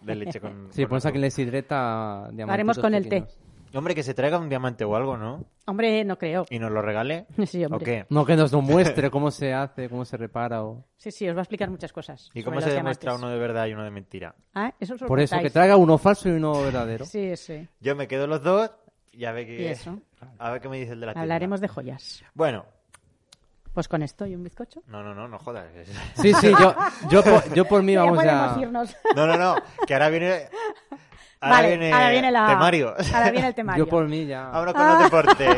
de leche con. Sí, pues, con pones azúcar. aquí en la sidreta diamantes. haremos con el té. Hombre, que se traiga un diamante o algo, ¿no? Hombre, no creo. Y nos lo regale. Sí, ¿O hombre. qué? No, que nos lo muestre cómo se hace, cómo se repara o... Sí, sí, os va a explicar muchas cosas. ¿Y sobre cómo los se demuestra diamantes. uno de verdad y uno de mentira? Ah, eso os lo Por eso, que contáis. Ah, traiga uno falso y uno verdadero. Sí, sí. Yo me quedo los dos y ya ve que. Y eso. A ver qué me dice el de la tienda. Hablaremos de joyas. Bueno, Pues con esto y un bizcocho. no, no, no, no jodas. Sí, sí, yo, yo, por, yo por mí Ya vamos podemos ya. irnos. No, no, no, que ahora viene. Ahora vale, viene. ahora viene la... Temario. Ahora viene el temario. Yo por mí ya. Ahora con los deportes.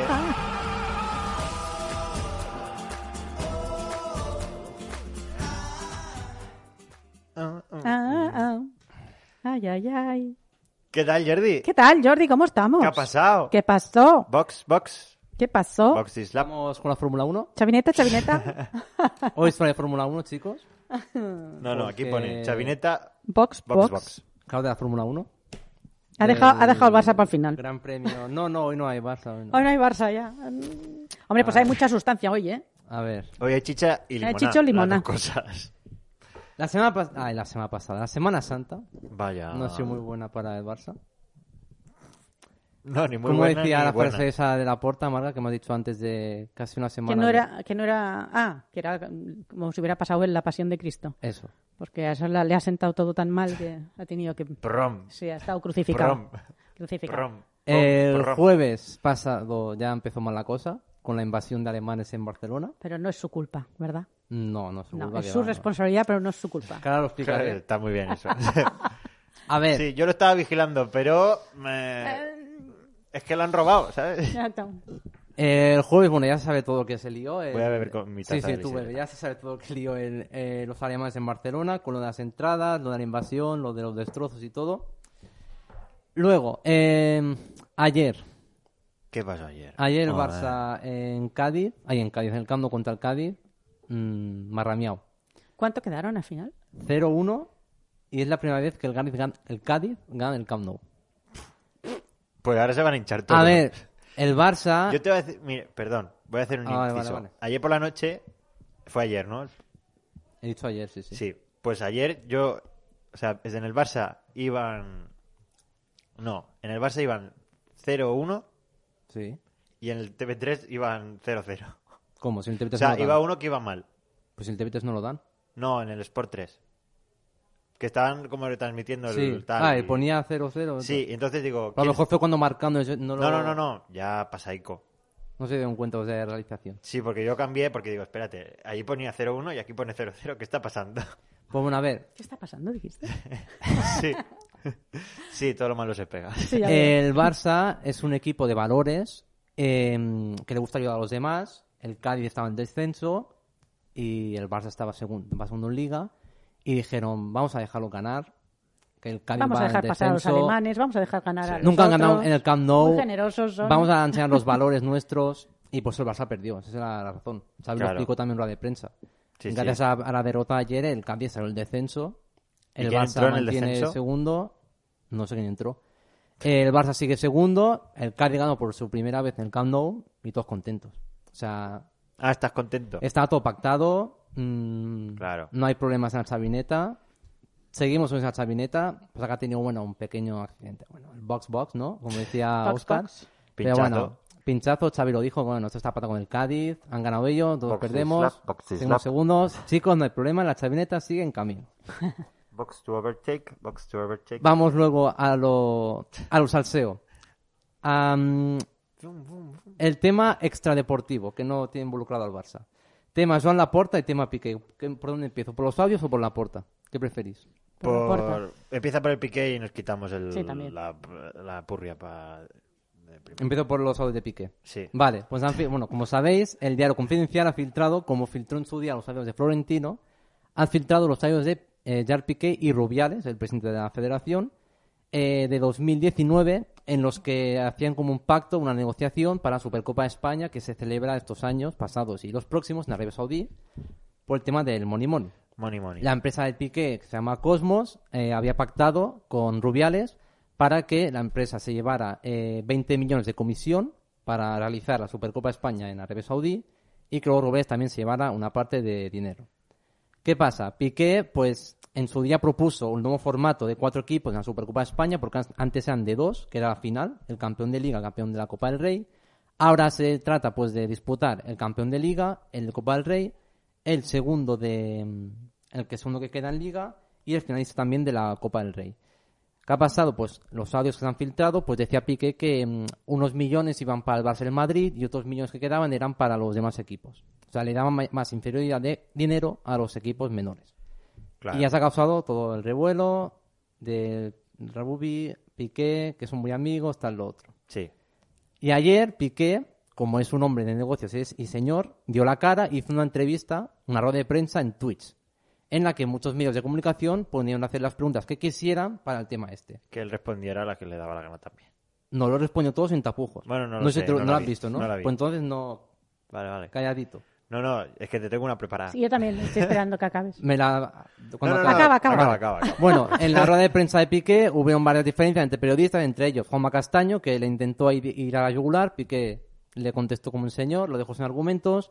Ah, ah. Ay, ay, ay. ¿Qué tal, Jordi? ¿Qué tal, Jordi? ¿Cómo estamos? ¿Qué ha pasado? ¿Qué pasó? Box, box. ¿Qué pasó? Box Islam. Vamos con la Fórmula 1. Chavineta, chavineta. Hoy es de Fórmula 1, chicos. No, no, aquí Porque- pone Chavineta, Box, box, box. box. Claro, de la Fórmula 1. Ha, dejado, ha dejado el Barça para el final. Eh, Gran premio. No, no, hoy no hay Barça. hoy no. Hoy no hay Barça ya. Mm. Hombre, Ah. pues hay mucha sustancia hoy, ¿eh? A ver. Hoy hay chicha y limona. chicho, limona. las dos cosas. La semana pasada. Ay, la semana pasada. La Semana Santa. Vaya. No ha sido muy buena para el Barça. No, ni muy Como buena, decía ni la buena. frase esa de la porta, Marga, que me has dicho antes de casi una semana. Que no de- era, que no era, ah, que era como si hubiera pasado en la pasión de Cristo. Eso. Porque a eso la- le ha sentado todo tan mal que ha tenido que, Prom. sí, ha estado crucificado. Prom. Crucificado. Prom. El Prom. jueves pasado ya empezó mal la cosa con la invasión de alemanes en Barcelona. Pero no es su culpa, ¿verdad? No, no, se No, vuelva es que su va, no. responsabilidad, pero no es su culpa. Claro, lo Claro, explicaré. está muy bien eso. A ver, sí, yo lo estaba vigilando, pero... me- Es que lo han robado, ¿sabes? Exacto. el jueves, bueno, ya se sabe todo lo que se lió. el- eh. Voy a beber con mi taza Sí, sí, de tú bisel. bebe. Ya se sabe todo lo que lió el- eh, los alemanes en Barcelona con lo de las entradas, lo de la invasión, lo de los destrozos y todo. Luego, eh, ayer, ¿Qué pasó ayer? Ayer el Joder. Barça en Cádiz, ahí en Cádiz, en el Camp Nou contra el Cádiz, mm, marrameado. ¿Cuánto quedaron al final? 0-1 y es la primera vez que el, Cádiz gan- el Cádiz gana el Camp Nou. Pues ahora se van a hinchar todos. A ver, el Barça... Yo te voy a decir... Mire, perdón. Voy a hacer un Ah, vale, inciso. vale, vale. Ayer por la noche... Fue ayer, ¿no? He dicho ayer, sí, sí. Sí, pues ayer yo, o sea, desde en el Barça iban, no, en el Barça iban 0-1 Sí. y en el TV3 iban 0-0. ¿Cómo? Si el O Tebetes sea, no lo iba dan. uno que iba mal. Pues si el Tebetes no lo dan. No, en el Sport 3. Que estaban como retransmitiendo el Sí. tal. ah, y- y ponía 0-0. Sí, y entonces digo... Pero A ¿quién- lo mejor fue cuando marcando... yo No, lo- No, no, no, no, ya pasaico. No se dieron cuenta de realización. Sí, porque yo cambié porque digo, espérate, ahí ponía 0-1 y aquí pone 0-0, ¿qué está pasando? Pues bueno, a ver, ¿Qué está pasando, dijiste? sí. Sí, todo lo malo se pega. Sí, Eh, ya veo. El Barça es un equipo de valores eh, que le gusta ayudar a los demás. El Cádiz estaba en descenso y el Barça estaba segundo, va segundo en Liga. Y dijeron, vamos a dejarlo ganar. Que el Cádiz Vamos va a dejar en pasar a los descenso. alemanes, vamos a dejar ganar a los Nunca han ganado otros. en el Camp Nou. Muy generosos son. Vamos a enseñar los valores nuestros. Y por eso el Barça perdió. Esa es la la razón. ¿Sabes? Lo Claro. explicó también la de prensa. Sí, Gracias sí. A, a la derrota ayer, el Cádiz salió el descenso. ¿Y El quién Barça entró en el mantiene descenso? segundo. No sé quién entró. El Barça sigue segundo. El Cádiz ganó por su primera vez en el Camp Nou. Y todos contentos. O sea, Ah, estás contento. está todo pactado. mm, Claro. No hay problemas en la sabineta. Seguimos con esa sabineta. Pues acá ha tenido, bueno, un pequeño accidente. Bueno, el box-box, ¿no? Como decía Box, Oscar. box. Pero Pinchazo. bueno, pinchazo. Xavi lo dijo. Bueno, esto está pata con el Cádiz. Han ganado ellos. Todos Boxes perdemos. slap, boxes Seguimos slap. segundos. Chicos, no hay problema. La sabineta sigue en camino. Box to overtake, box to overtake. Vamos luego a lo, a lo salseo. Am, el tema extradeportivo, que no tiene involucrado al Barça. Tema Joan Laporta y tema Piqué. ¿Qué- ¿Por dónde empiezo? ¿Por los audios o por Laporta? ¿Qué preferís? Por Por- Laporta. Empieza por el piqué y nos quitamos el, Sí, también. la, la purria para... Empiezo por los audios de Piqué. Sí. Vale, pues han fi- bueno, como sabéis, el diario Confidencial ha filtrado, como filtró en su día los audios de Florentino, han filtrado los audios de eh, Gerard Piqué y Rubiales, el presidente de la federación, eh, de 2019, en los que hacían como un pacto, una negociación para la Supercopa de España que se celebra estos años pasados y los próximos en Arabia Saudí por el tema del money money. Money, money. La empresa del Piqué, que se llama Cosmos, eh, había pactado con Rubiales para que la empresa se llevara eh, 20 millones de comisión para realizar la Supercopa España en Arabia Saudí y que luego Rubiales también se llevara una parte de dinero. ¿Qué pasa? Piqué, pues, en su día propuso un nuevo formato de cuatro equipos en la Supercopa de España, porque an- antes eran de dos, que era la final, el campeón de Liga, el campeón de la Copa del Rey. Ahora se trata, pues, de disputar el campeón de Liga, el de Copa del Rey, el segundo de... mm, el que segundo que queda en Liga y el finalista también de la Copa del Rey. ¿Qué ha pasado? Pues los audios que se han filtrado, pues decía Piqué que mm, unos millones iban para el Barça y el Madrid y otros millones que quedaban eran para los demás equipos. O sea, le daban ma- más inferioridad de dinero a los equipos menores. Claro. Y ya se ha causado todo el revuelo de Rabubi, Piqué, que son muy amigos, tal lo otro. Sí. Y ayer Piqué, como es un hombre de negocios es- y señor, dio la cara y hizo una entrevista, una rueda de prensa en Twitch, en la que muchos medios de comunicación ponían a hacer las preguntas que quisieran para el tema este. Que él respondiera a la que le daba la gana también. No lo respondió todos sin tapujos. Bueno, no lo sé, sé, tú- no no, la lo has vi, visto, ¿no? no la vi. Pues entonces no, Vale, vale. calladito. No, no, es que te tengo una Ah. preparada. Sí, yo también estoy esperando que acabes. Me la... No, cuando no, no, acabe. Acaba, acaba. Acaba, acaba, acaba. Bueno, en la rueda de prensa de Piqué hubo varias diferencias entre periodistas, entre ellos Juanma Castaño, que le intentó ir- ir a la yugular, Piqué le contestó como un señor, lo dejó sin argumentos.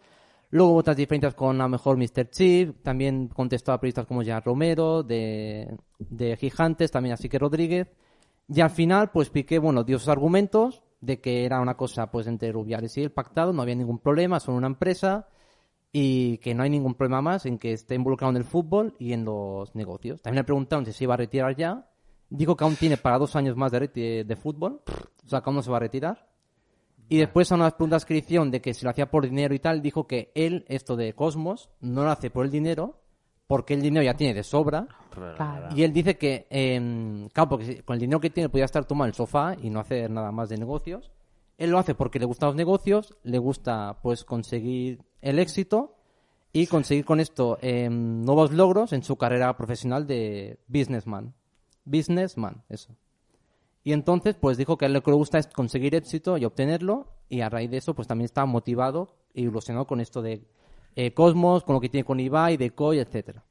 Luego hubo otras diferencias con a lo mejor Mr. Chip, también contestó a periodistas como ya Romero, de, de Gigantes, también así que Rodríguez. Y al final, pues Piqué, bueno, dio sus argumentos de que era una cosa pues entre Rubiales y el pactado, no había ningún problema, son una empresa y que no hay ningún problema más en que esté involucrado en el fútbol y en los negocios. También le preguntaron si se iba a retirar ya. Dijo que aún tiene para dos años más de, reti- de fútbol, o sea, que aún no se va a retirar. Y después a unas preguntas que le hicieron de que si lo hacía por dinero y tal, dijo que él, esto de Cosmos, no lo hace por el dinero, porque el dinero ya tiene de sobra. Pero Claro. nada. Y él dice que, eh, claro, porque si- con el dinero que tiene podía estar tomado en el sofá y no hacer nada más de negocios. Él lo hace porque le gustan los negocios, le gusta pues conseguir el éxito y conseguir con esto eh, nuevos logros en su carrera profesional de businessman. Businessman, eso. Y entonces, pues dijo que a él lo que le gusta es conseguir éxito y obtenerlo, y a raíz de eso, pues también está motivado e ilusionado con esto de eh, Cosmos, con lo que tiene con Ibai, de Koi, etcétera.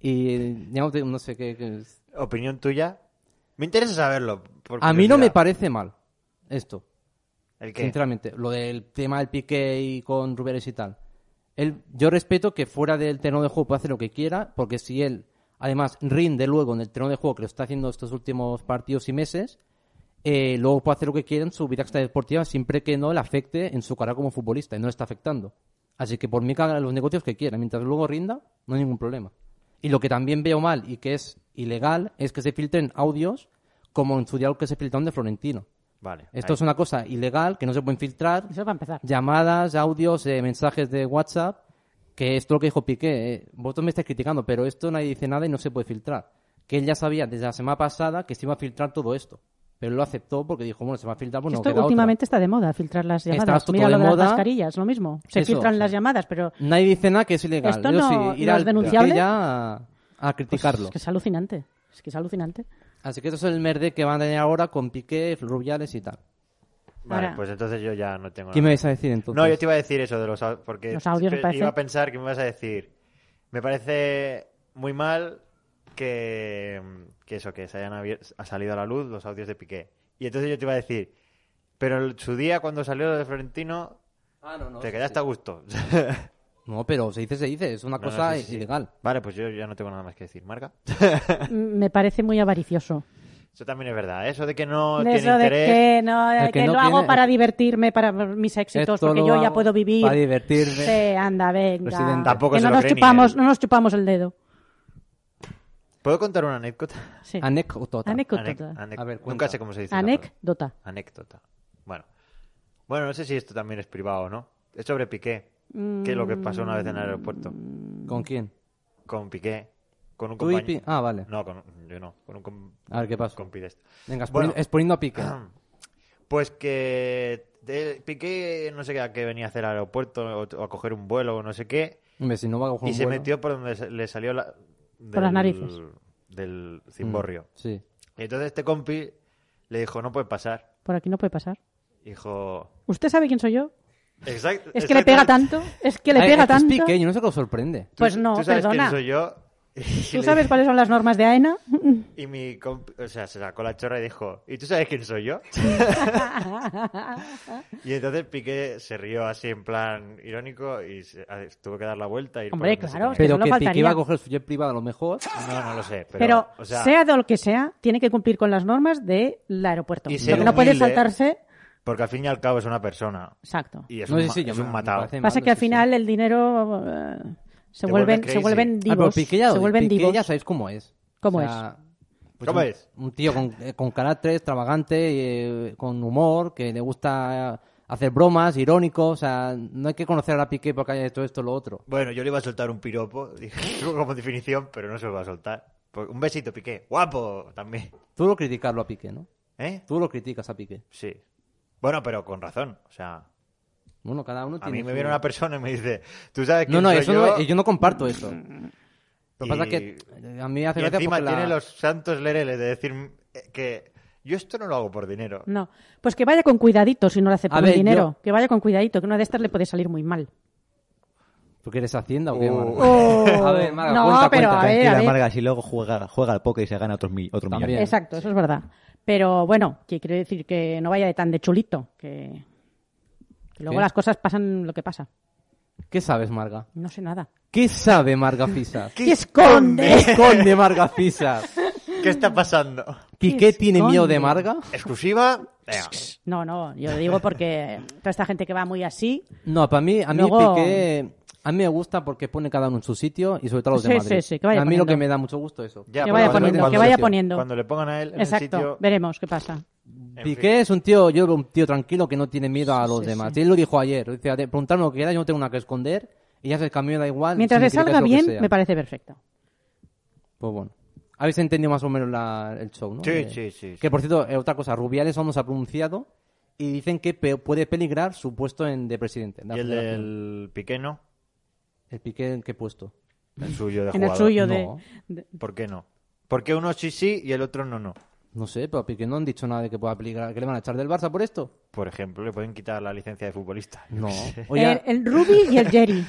Y digamos, de- no sé qué. qué es. Opinión tuya. Me interesa saberlo. por A mí no me curiosidad. parece mal esto, ¿El qué? sinceramente, lo del tema del pique y con Rubiales y tal. Él, yo respeto que fuera del terreno de juego puede hacer lo que quiera, porque si él, además, rinde luego en el terreno de juego que lo está haciendo estos últimos partidos y meses, eh, luego puede hacer lo que quiera en su vida extradeportiva siempre que no le afecte en su carrera como futbolista y no le está afectando. Así que por mí que haga los negocios que quiera, mientras luego rinda, no hay ningún problema. Y lo que también veo mal y que es ilegal es que se filtren audios como en su diálogo que se filtraron de Florentino. Vale. Esto ahí. es una cosa ilegal que no se pueden filtrar, Eso va a empezar. llamadas, audios, eh, mensajes de WhatsApp, que esto lo que dijo Piqué, eh, vosotros me estáis criticando, pero esto nadie dice nada y no se puede filtrar. Que él ya sabía desde la semana pasada que se iba a filtrar todo esto, pero lo aceptó porque dijo, bueno, se va a filtrar, pues no Esto queda otra. últimamente está de moda, filtrar las Está llamadas. todo Mira de lo de moda. las mascarillas, lo mismo. Se Eso, filtran sí. las llamadas, pero pues, Nadie dice nada que es ilegal. Esto Yo no- sí, ir ¿no es al Piqué denunciable? ya a, a criticarlo. es que es alucinante. Es que es alucinante. Así que esto es el merde que van a tener ahora con Piqué, Rubiales y tal. Vale, Ahora- pues entonces yo ya no tengo ¿Qué nada. me vais a decir entonces? No, yo te iba a decir eso de los audios. Porque Los audios me pe- parece- iba a pensar que me vas a decir. Me parece muy mal que, que eso, que se hayan abier- ha salido a la luz los audios de Piqué. Y entonces yo te iba a decir. Pero el- su día, cuando salió lo de Florentino, Ah, no, no, te sí, quedaste sí. a gusto. No, pero se dice, se dice, es una No, no, cosa sí, sí, sí. ilegal. Vale, pues yo ya no tengo nada más que decir. Marca. Mm, Me parece muy avaricioso. Eso también es verdad. ¿eh? Eso de que no De tiene eso de interés. que, no, de El que que no lo tiene- hago para divertirme, para mis éxitos, Esto porque lo yo ya hago puedo vivir. Para divertirme. Sí, anda, venga. Presidente. Tampoco que se no lo nos cree ni chupamos, él. no nos chupamos el dedo. ¿Puedo contar una anécdota? Sí. Anécdota. Anécdota. Anec- A ver, Nunca cuenta. sé cómo se dice. esa palabra. Anécdota. Anécdota. Bueno. Bueno, no sé si esto también es privado o no. Es sobre Piqué. Que es lo que pasó una vez en el aeropuerto. Mm. ¿Con quién? Con Piqué. Con un Tú y compañero. Pi- ah, vale. No, con, yo no. Con un com- A ver, ¿qué pasó? compi de esto. Venga, expo- Bueno. exponiendo a Piqué. Pues que de- Piqué no sé qué, a qué venía a hacer al aeropuerto o, o a coger un vuelo o no sé qué. Hombre, si no va a coger Y un se vuelo. metió por donde se- le salió la, del- las narices. Del Mm, cimborrio. Sí. Y entonces este compi le dijo, no puede pasar. Por aquí no puede pasar. Dijo... ¿Usted sabe quién soy yo? Exacto. Es que le pega exactamente. tanto. Es que le Ay, pega es que Es tanto. Piqué, yo no sé qué lo sorprende. Tú- Pues no, tú sabes perdona. quién soy yo. Y ¿Tú le sabes dije- cuáles son las normas de E AENA? Y mi comp- o sea, se sacó la chorra y dijo, ¿y tú sabes quién soy yo? y entonces Piqué se rió así en plan irónico y se- a- tuvo que dar la vuelta. Y ir Hombre, por donde se claro, tenía que Pero solo que Piqué faltaría. iba a coger su jet privado a lo mejor. que ir. No, no lo sé. Pero, Pero, o sea, sea de lo que sea, tiene que cumplir con las normas del aeropuerto. Y Lo ser que no puede humilde. saltarse. porque al fin y al cabo es una persona. Exacto. Y es No un, sé ma- si yo es me- un me matado. parece Pasa mal, que al sí, sí. final el dinero eh, se Te vuelve vuelven crazy. se vuelven Ah, pero divos, Piqué ya lo se di- vuelven Piqué divos. ya sabéis cómo es. ¿Cómo O sea, pues, ¿Cómo un, es? un tío con, eh, con carácter, extravagante, eh, con humor, que le gusta eh, hacer bromas, irónico. O sea, no hay que conocer a la Piqué porque haya hecho esto o lo otro. Bueno, yo le iba a soltar un piropo, dije, como definición, pero no se lo va a soltar. Pues Un besito, Piqué. Guapo, también. Tú lo criticarlo a Piqué, ¿no? ¿Eh? Tú lo criticas a Piqué. Sí. Bueno, pero con razón. O sea, Bueno, cada uno a tiene. mí me su- viene una persona y me dice, tú sabes que No, no, soy eso yo, no- yo no comparto eso. Lo que pasa es Y- que eh, a mí me hace y gracia encima porque la- tiene los santos lereles de decir eh, que yo esto no lo hago por dinero. No, pues que vaya con cuidadito si no lo hace A por ver, el dinero. yo- Que vaya con cuidadito, que una de estas le puede salir muy mal. ¿Tú quieres Hacienda o Uh. qué, Marga? Oh. A ver, Marga, No, cuenta, pero cuenta. a ver, Tranquila, a ver. Marga, si luego juega, juega al póker y se gana otros, mil, otros También. millones. Exacto, eso es verdad. Pero bueno, que quiero decir que no vaya de tan de chulito, que, que luego ¿Qué? las cosas pasan lo que pasa. ¿Qué sabes, Marga? No sé nada. ¿Qué sabe Marga Fisa? ¿Qué esconde? ¿Qué esconde Marga Fisa? ¿Qué está pasando? ¿Piqué tiene esconde? miedo de Marga? ¿Exclusiva? Venga. No, no, yo digo porque toda esta gente que va muy así. No, para mí, a mí Luego- Piqué... A mí me gusta porque pone cada uno en su sitio y sobre todo los de Sí, Madrid. sí, sí, que vaya a mí lo poniendo. que me da mucho gusto es eso. Ya, Que pero vaya cuando- poniendo, cuando que vaya le- poniendo. Cuando le pongan a él en Exacto, el sitio... veremos qué pasa. en Piqué fin. es un tío, yo veo un tío tranquilo que no tiene miedo a Sí, los sí, demás. sí. Él lo dijo ayer. Dice, "A- preguntarme lo que quiera, yo no tengo nada que esconder. Y ya se cambió, da igual. Mientras si me le criticas salga lo que bien, sea". me parece perfecto. Pues bueno. Habéis entendido más o menos la- el show, ¿no? Sí, Eh, sí, sí, sí. Que por cierto, eh, otra cosa, Rubiales aún no se ha pronunciado y dicen que pe- puede peligrar su puesto en, de presidente. la Y el federación. del Piqué no, El piqué en qué puesto. el suyo de en el jugador. suyo de, No. de- ¿Por qué no? ¿Por qué uno sí sí y el otro no no? No sé, pero a Piqué no han dicho nada de que pueda peligrar. ¿Que le van a echar del Barça por esto? Por ejemplo, le pueden quitar la licencia de futbolista. No. el, el Ruby y el Jerry.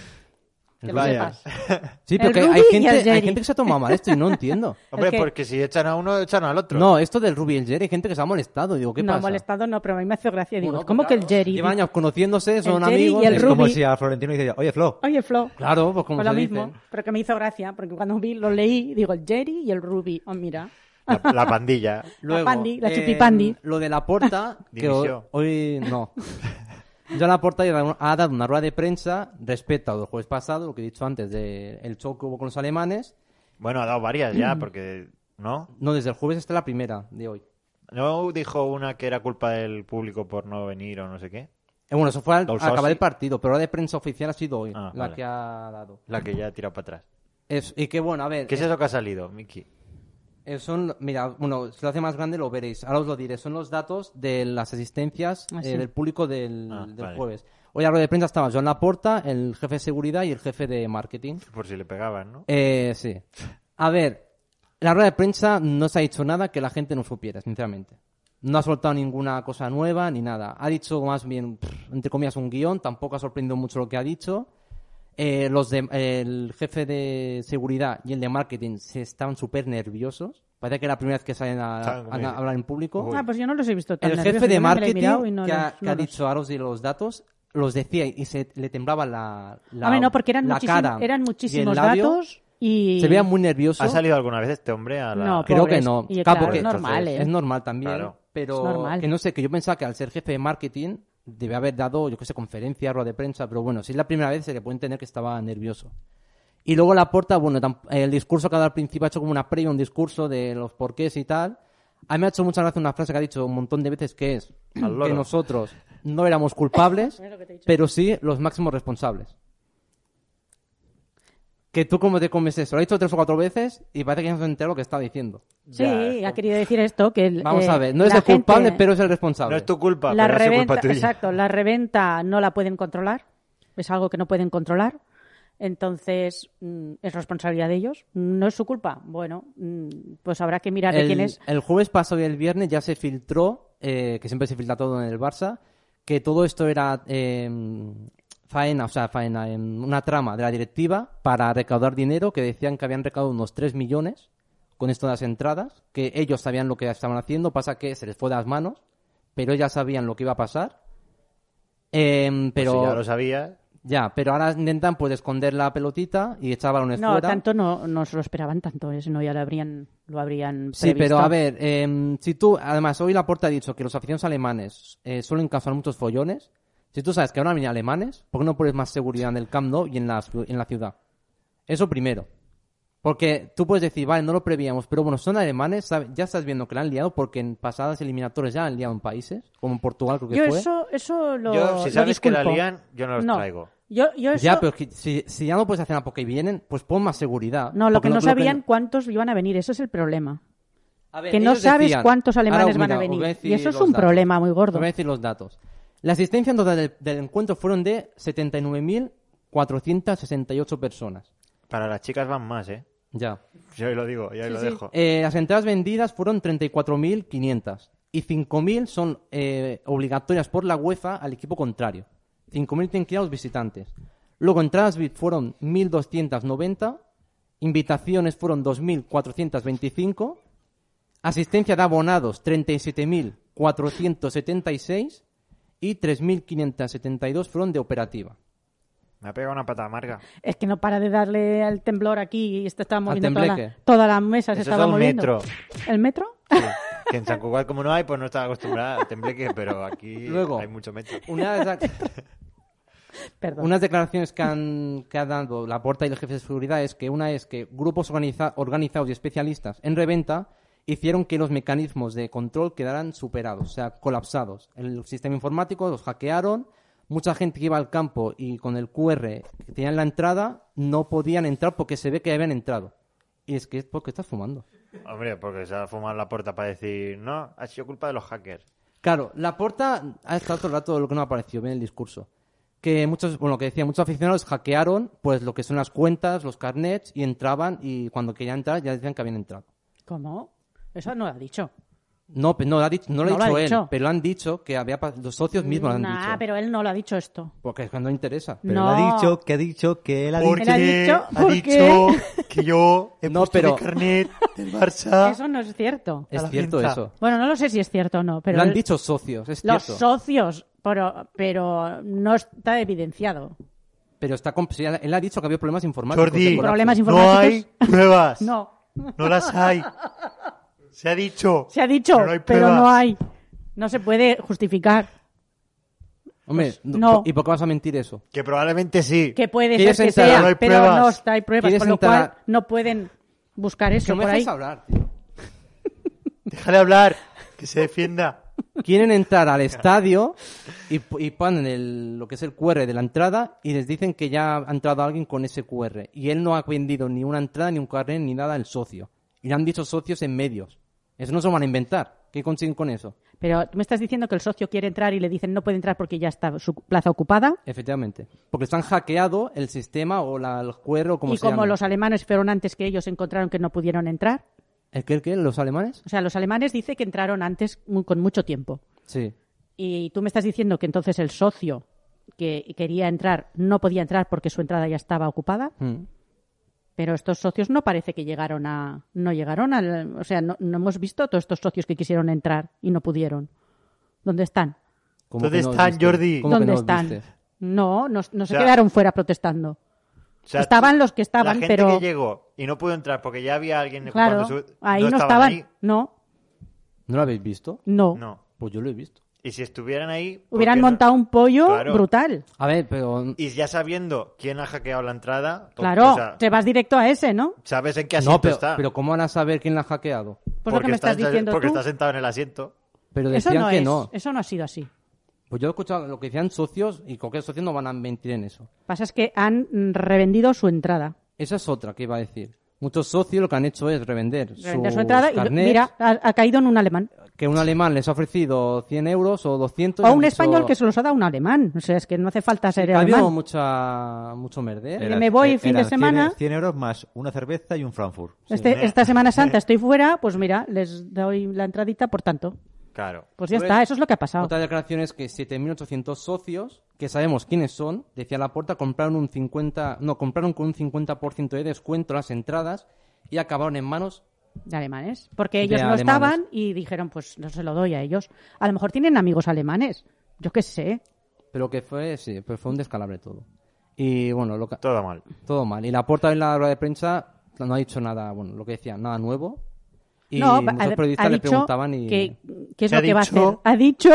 Que lo Vaya. sepas. sí, eh, el pero que Rubi hay, y gente, el hay Jerry. gente que se ha tomado mal esto y no entiendo. Hombre, Es que- porque si echan a uno, echan al otro. No, esto del Ruby y el Jerry, hay gente que se ha molestado. Digo, ¿qué no, pasa? molestado no, pero a mí me hace gracia. Digo, Bueno, ¿cómo pues que el claro, Jerry? Llevan años conociéndose, son Jerry y amigos. el Es es como- como Rubi- si a Florentino y dice, oye, Flo, Oye, Flo. Claro, pues como Pues lo se mismo, dice. pero que me hizo gracia, porque cuando vi, lo leí, digo, el Jerry y el Ruby. Oh, mira. La, la pandilla. Luego, eh, pandi, la chupipandi. Lo de la porta, que hoy, Dimisión. hoy no. Ya la porta ha dado una rueda de prensa respecto al jueves pasado, lo que he dicho antes del show que hubo con los alemanes. Bueno, ha dado varias Mm. ya, porque... ¿No? No, desde el jueves está la primera de hoy. ¿No dijo una que era culpa del público por no venir o no sé qué? Eh, bueno, eso fue al, Los al acabar Aussie. el partido, pero la de prensa oficial ha sido hoy, Ah, la vale. que ha dado. La que ya ha tirado para atrás. Es- y que bueno, a ver, ¿Qué es eso que ha salido, Miki? eh, son, mira, bueno, si lo hace más grande lo veréis, ahora os lo diré, son los datos de las asistencias Ah, eh, sí. del público del, Ah, del vale. jueves. Hoy a la rueda de prensa estaba Joan Laporta, el jefe de seguridad y el jefe de marketing. Por si le pegaban, ¿no? Eh, sí. A ver, la rueda de prensa no se ha dicho nada que la gente no supiera, sinceramente. No ha soltado ninguna cosa nueva ni nada. Ha dicho más bien, pff, entre comillas, un guión. Tampoco ha sorprendido mucho lo que ha dicho. Eh, los de- el jefe de seguridad y el de marketing se estaban súper nerviosos. Parece que era la primera vez que salen a, Estaban como a- a medio- hablar en público. Uy. Ah, pues yo no los he visto tan El nerviosos, jefe de yo me la he marketing mirado y no que, ha, los- que no ha los- dicho, ahora os diré los datos, los decía y se le temblaba la, la, A ver, no, Ah, porque eran, la muchísim- cara eran y el muchísimos labio. datos y... Se veía muy nervioso. ¿Ha salido alguna vez este hombre a la... No, Creo pobres. que no. Y, Claro, claro, porque es normal, ¿eh? Es normal también, Claro. pero Es normal. que no sé, que yo pensaba que al ser jefe de marketing debe haber dado, yo qué sé, conferencia, rueda de prensa, pero bueno, si es la primera vez se le puede entender que estaba nervioso. Y luego la porta, bueno, tam- el discurso que ha dado al principio ha hecho como una previa, un discurso de los porqués y tal. A mí me ha hecho mucha gracia una frase que ha dicho un montón de veces que es Al loro. que nosotros no éramos culpables, Es lo que te he dicho. pero sí los máximos responsables. Que tú cómo te comes eso. Lo he dicho tres o cuatro veces y parece que ya no se entera lo que estaba diciendo. Sí, Ya, es ha como- querido decir esto, que... el- eh, Vamos eh, a ver, no es la el culpable, gente- pero es el responsable. No es tu culpa, la pero es reventa, culpa tuya. Exacto, la reventa no la pueden controlar, es algo que no pueden controlar, entonces mm, es responsabilidad de ellos, no es su culpa. Bueno, mm, pues habrá que mirar de el, quién es. el jueves pasado y el viernes ya se filtró, eh, que siempre se filtra todo en el Barça, que todo esto era eh, faena, o sea, faena, em, una trama de la directiva para recaudar dinero, que decían que habían recaudado unos 3 millones con esto de las entradas, que ellos sabían lo que estaban haciendo, pasa que se les fue de las manos, pero ellas sabían lo que iba a pasar. Em, Pues si pero ya lo sabía. ya, pero ahora intentan pues esconder la pelotita y echar balones No, fuera. tanto no, no se lo esperaban tanto, eso no ya lo habrían, lo habrían Sí, pero previsto. a ver, eh, si tú, además, hoy Laporta ha dicho que los aficionados alemanes eh, suelen causar muchos follones. Si tú sabes que van a venir alemanes, ¿por qué no pones más seguridad en el Camp Nou y en la, en la ciudad? Eso primero. Porque tú puedes decir, vale, no lo prevíamos, pero bueno, son alemanes, ¿sabes? ya estás viendo que la han liado porque en pasadas eliminatorias ya han liado en países, como en Portugal creo que Yo fue. eso, eso lo. Yo, si lo sabes que la disculpo. lían, yo no los traigo. Yo, yo eso- Ya, pero es que si, si ya no puedes hacer nada porque vienen, pues pon más seguridad. No, lo Porque que no sabían cuántos iban a venir, eso es el problema. A ver, que no ellos sabes decían- cuántos alemanes Ahora, van a mira, os venir. voy decir Y eso es los un datos. problema muy gordo. Os voy a decir los datos. La asistencia en total del, del encuentro fueron de 79.468 personas. Para las chicas van más, ¿eh? Ya. Yo ahí lo digo, yo ahí lo dejo. Eh, las entradas vendidas fueron 34.500 y 5.000 son eh, obligatorias por la UEFA al equipo contrario. 5.500 visitantes. Luego entradas VIP fueron 1.290, invitaciones fueron 2.425, asistencia de abonados 37.476 y 3.572 fueron de operativa. Me ha pegado una pata amarga. Es que no para de darle al temblor aquí y esto estaba moviendo toda la, tembleque. toda la mesa, se Eso es estaba el moviendo. metro. ¿El metro? que en San Cugat, como no hay, pues no estaba acostumbrada al tembleque, pero aquí Luego. hay mucho metro. Una de las- Perdón. Unas declaraciones que han, que ha dado la puerta y el jefe de seguridad es que una es que grupos organiza- organizados y especialistas en reventa hicieron que los mecanismos de control quedaran superados, o sea, colapsados. El sistema informático los hackearon, mucha gente que iba al campo y con el QR que tenían la entrada no podían entrar porque se ve que habían entrado. Y es que es porque estás fumando. Hombre, porque se ha fumado la puerta para decir, no, ha sido culpa de los hackers. Claro, la porta ha estado todo el rato lo que no ha aparecido bien en el discurso. Que muchos, bueno, lo que decía, muchos aficionados hackearon pues lo que son las cuentas, los carnets y entraban y cuando querían entrar ya decían que habían entrado. ¿Cómo? Eso no lo ha dicho. No, pe- no, lo ha dicho- no lo, ha dicho él, dicho. pero lo han dicho que había pa- los socios mismos lo han Nah, dicho. pero Mm. él no lo ha dicho esto. Porque es cuando interesa. Pero No. él ha dicho que ha dicho que él ha dicho. Él ha dicho- ¿por qué? que yo he No, puesto pero- mi carnet del Barça. Eso no es cierto. a Es la cierto pinza. eso. Bueno, no lo sé si es cierto o no, pero lo han el- dicho socios, es los cierto. socios, pero, pero no está evidenciado. pero está comp- sí, él ha dicho que había problemas informáticos. Jordi, de colapso. Problemas No hay informáticos. pruebas. No, No las hay. Se ha dicho. se ha dicho, hay pero pruebas. no hay. No se puede justificar. Hombre, no. ¿y por qué vas a mentir eso? Que probablemente sí. Que puede ¿Quieres ser que entrar? sea, No hay pero pruebas. no está, hay pruebas, ¿Quieres con lo entrar? cual no pueden buscar Que eso me por ahí. dejes hablar, tío. Déjale hablar. Que se defienda. quieren entrar al estadio y, p- y ponen el, lo que es el QR de la entrada y les dicen que ya ha entrado alguien con ese QR. Y él no ha vendido ni una entrada, ni un carnet, ni nada al socio. Y le han dicho socios en medios. Eso no se lo van a inventar. ¿Qué consiguen con eso? Pero tú me estás diciendo que el socio quiere entrar y le dicen no puede entrar porque ya está su plaza ocupada. Efectivamente. Porque están hackeado el sistema o la, el QR o como y se como llame. los alemanes fueron antes que ellos, encontraron que no pudieron entrar. ¿El qué, el qué? ¿Los alemanes? O sea, los alemanes dice que entraron antes mu- con mucho tiempo. Sí. Y tú me estás diciendo que entonces el socio que quería entrar no podía entrar porque su entrada ya estaba ocupada. Mm. Pero estos socios no parece que llegaron a. No llegaron al. O sea, no, no hemos visto a todos estos socios que quisieron entrar y no pudieron. ¿Dónde están? ¿Cómo ¿Dónde que no os están, viste? Jordi? ¿Cómo que ¿Dónde no os están? viste? No, no, no se O sea- quedaron fuera protestando. O sea, Estaban los que la estaban, gente pero- que llegó y no pudo entrar porque ya había alguien Claro, ocupando su... ahí no, estaban, estaban. ahí. No, ¿No lo habéis visto? no. No. Pues yo lo he visto. Y si estuvieran ahí... ¿por Hubieran qué no? montado un pollo Claro. brutal. A ver, pero... Y ya sabiendo quién ha hackeado la entrada... o- Claro, o sea, te vas directo a ese, ¿no? sabes en qué asiento No, pero, está. pero ¿cómo van a saber quién la ha hackeado? Pues lo que me estás diciendo Porque tú. está sentado en el asiento. Pero Eso decían no que es. no. Eso no ha sido así. Pues yo he escuchado lo que decían socios y cualquier socio no van a mentir en eso. Pasa es que han mm, revendido su entrada. Esa es otra que iba a decir. Muchos socios lo que han hecho es revender, Revender sus su entrada y lo- carnets, mira, ha, ha caído en un alemán. que un alemán les ha ofrecido 100 euros o 200. y O han un dicho- español que se los ha dado un alemán. O sea, es que no hace falta ser Ha habido alemán. mucha, mucho Eh, merde. me voy fin de eran 100 semana. 100, euros más una cerveza y un Frankfurt. Este- meh. esta Semana Santa estoy fuera, pues mira, les doy la entradita, por tanto. Claro. Pues ya Pues, está, eso es lo que ha pasado. Otra declaración es que 7.800 socios, que sabemos quiénes son, decía la puerta, compraron un 50, no, compraron con un 50% de descuento las entradas y acabaron en manos. De alemanes. Porque De ellos no alemanes. estaban y dijeron, pues no se lo doy a ellos. A lo mejor tienen amigos alemanes. Yo qué sé. Pero que fue, sí, pues fue un descalabre todo. Y bueno, lo que, Todo mal. Todo mal. Y la puerta en la rueda de prensa no ha dicho nada, bueno, lo que decía, nada nuevo. Y no, muchos ha- periodistas ha le dicho preguntaban y... que, que es Se lo ha que va a dicho- hacer. Ha dicho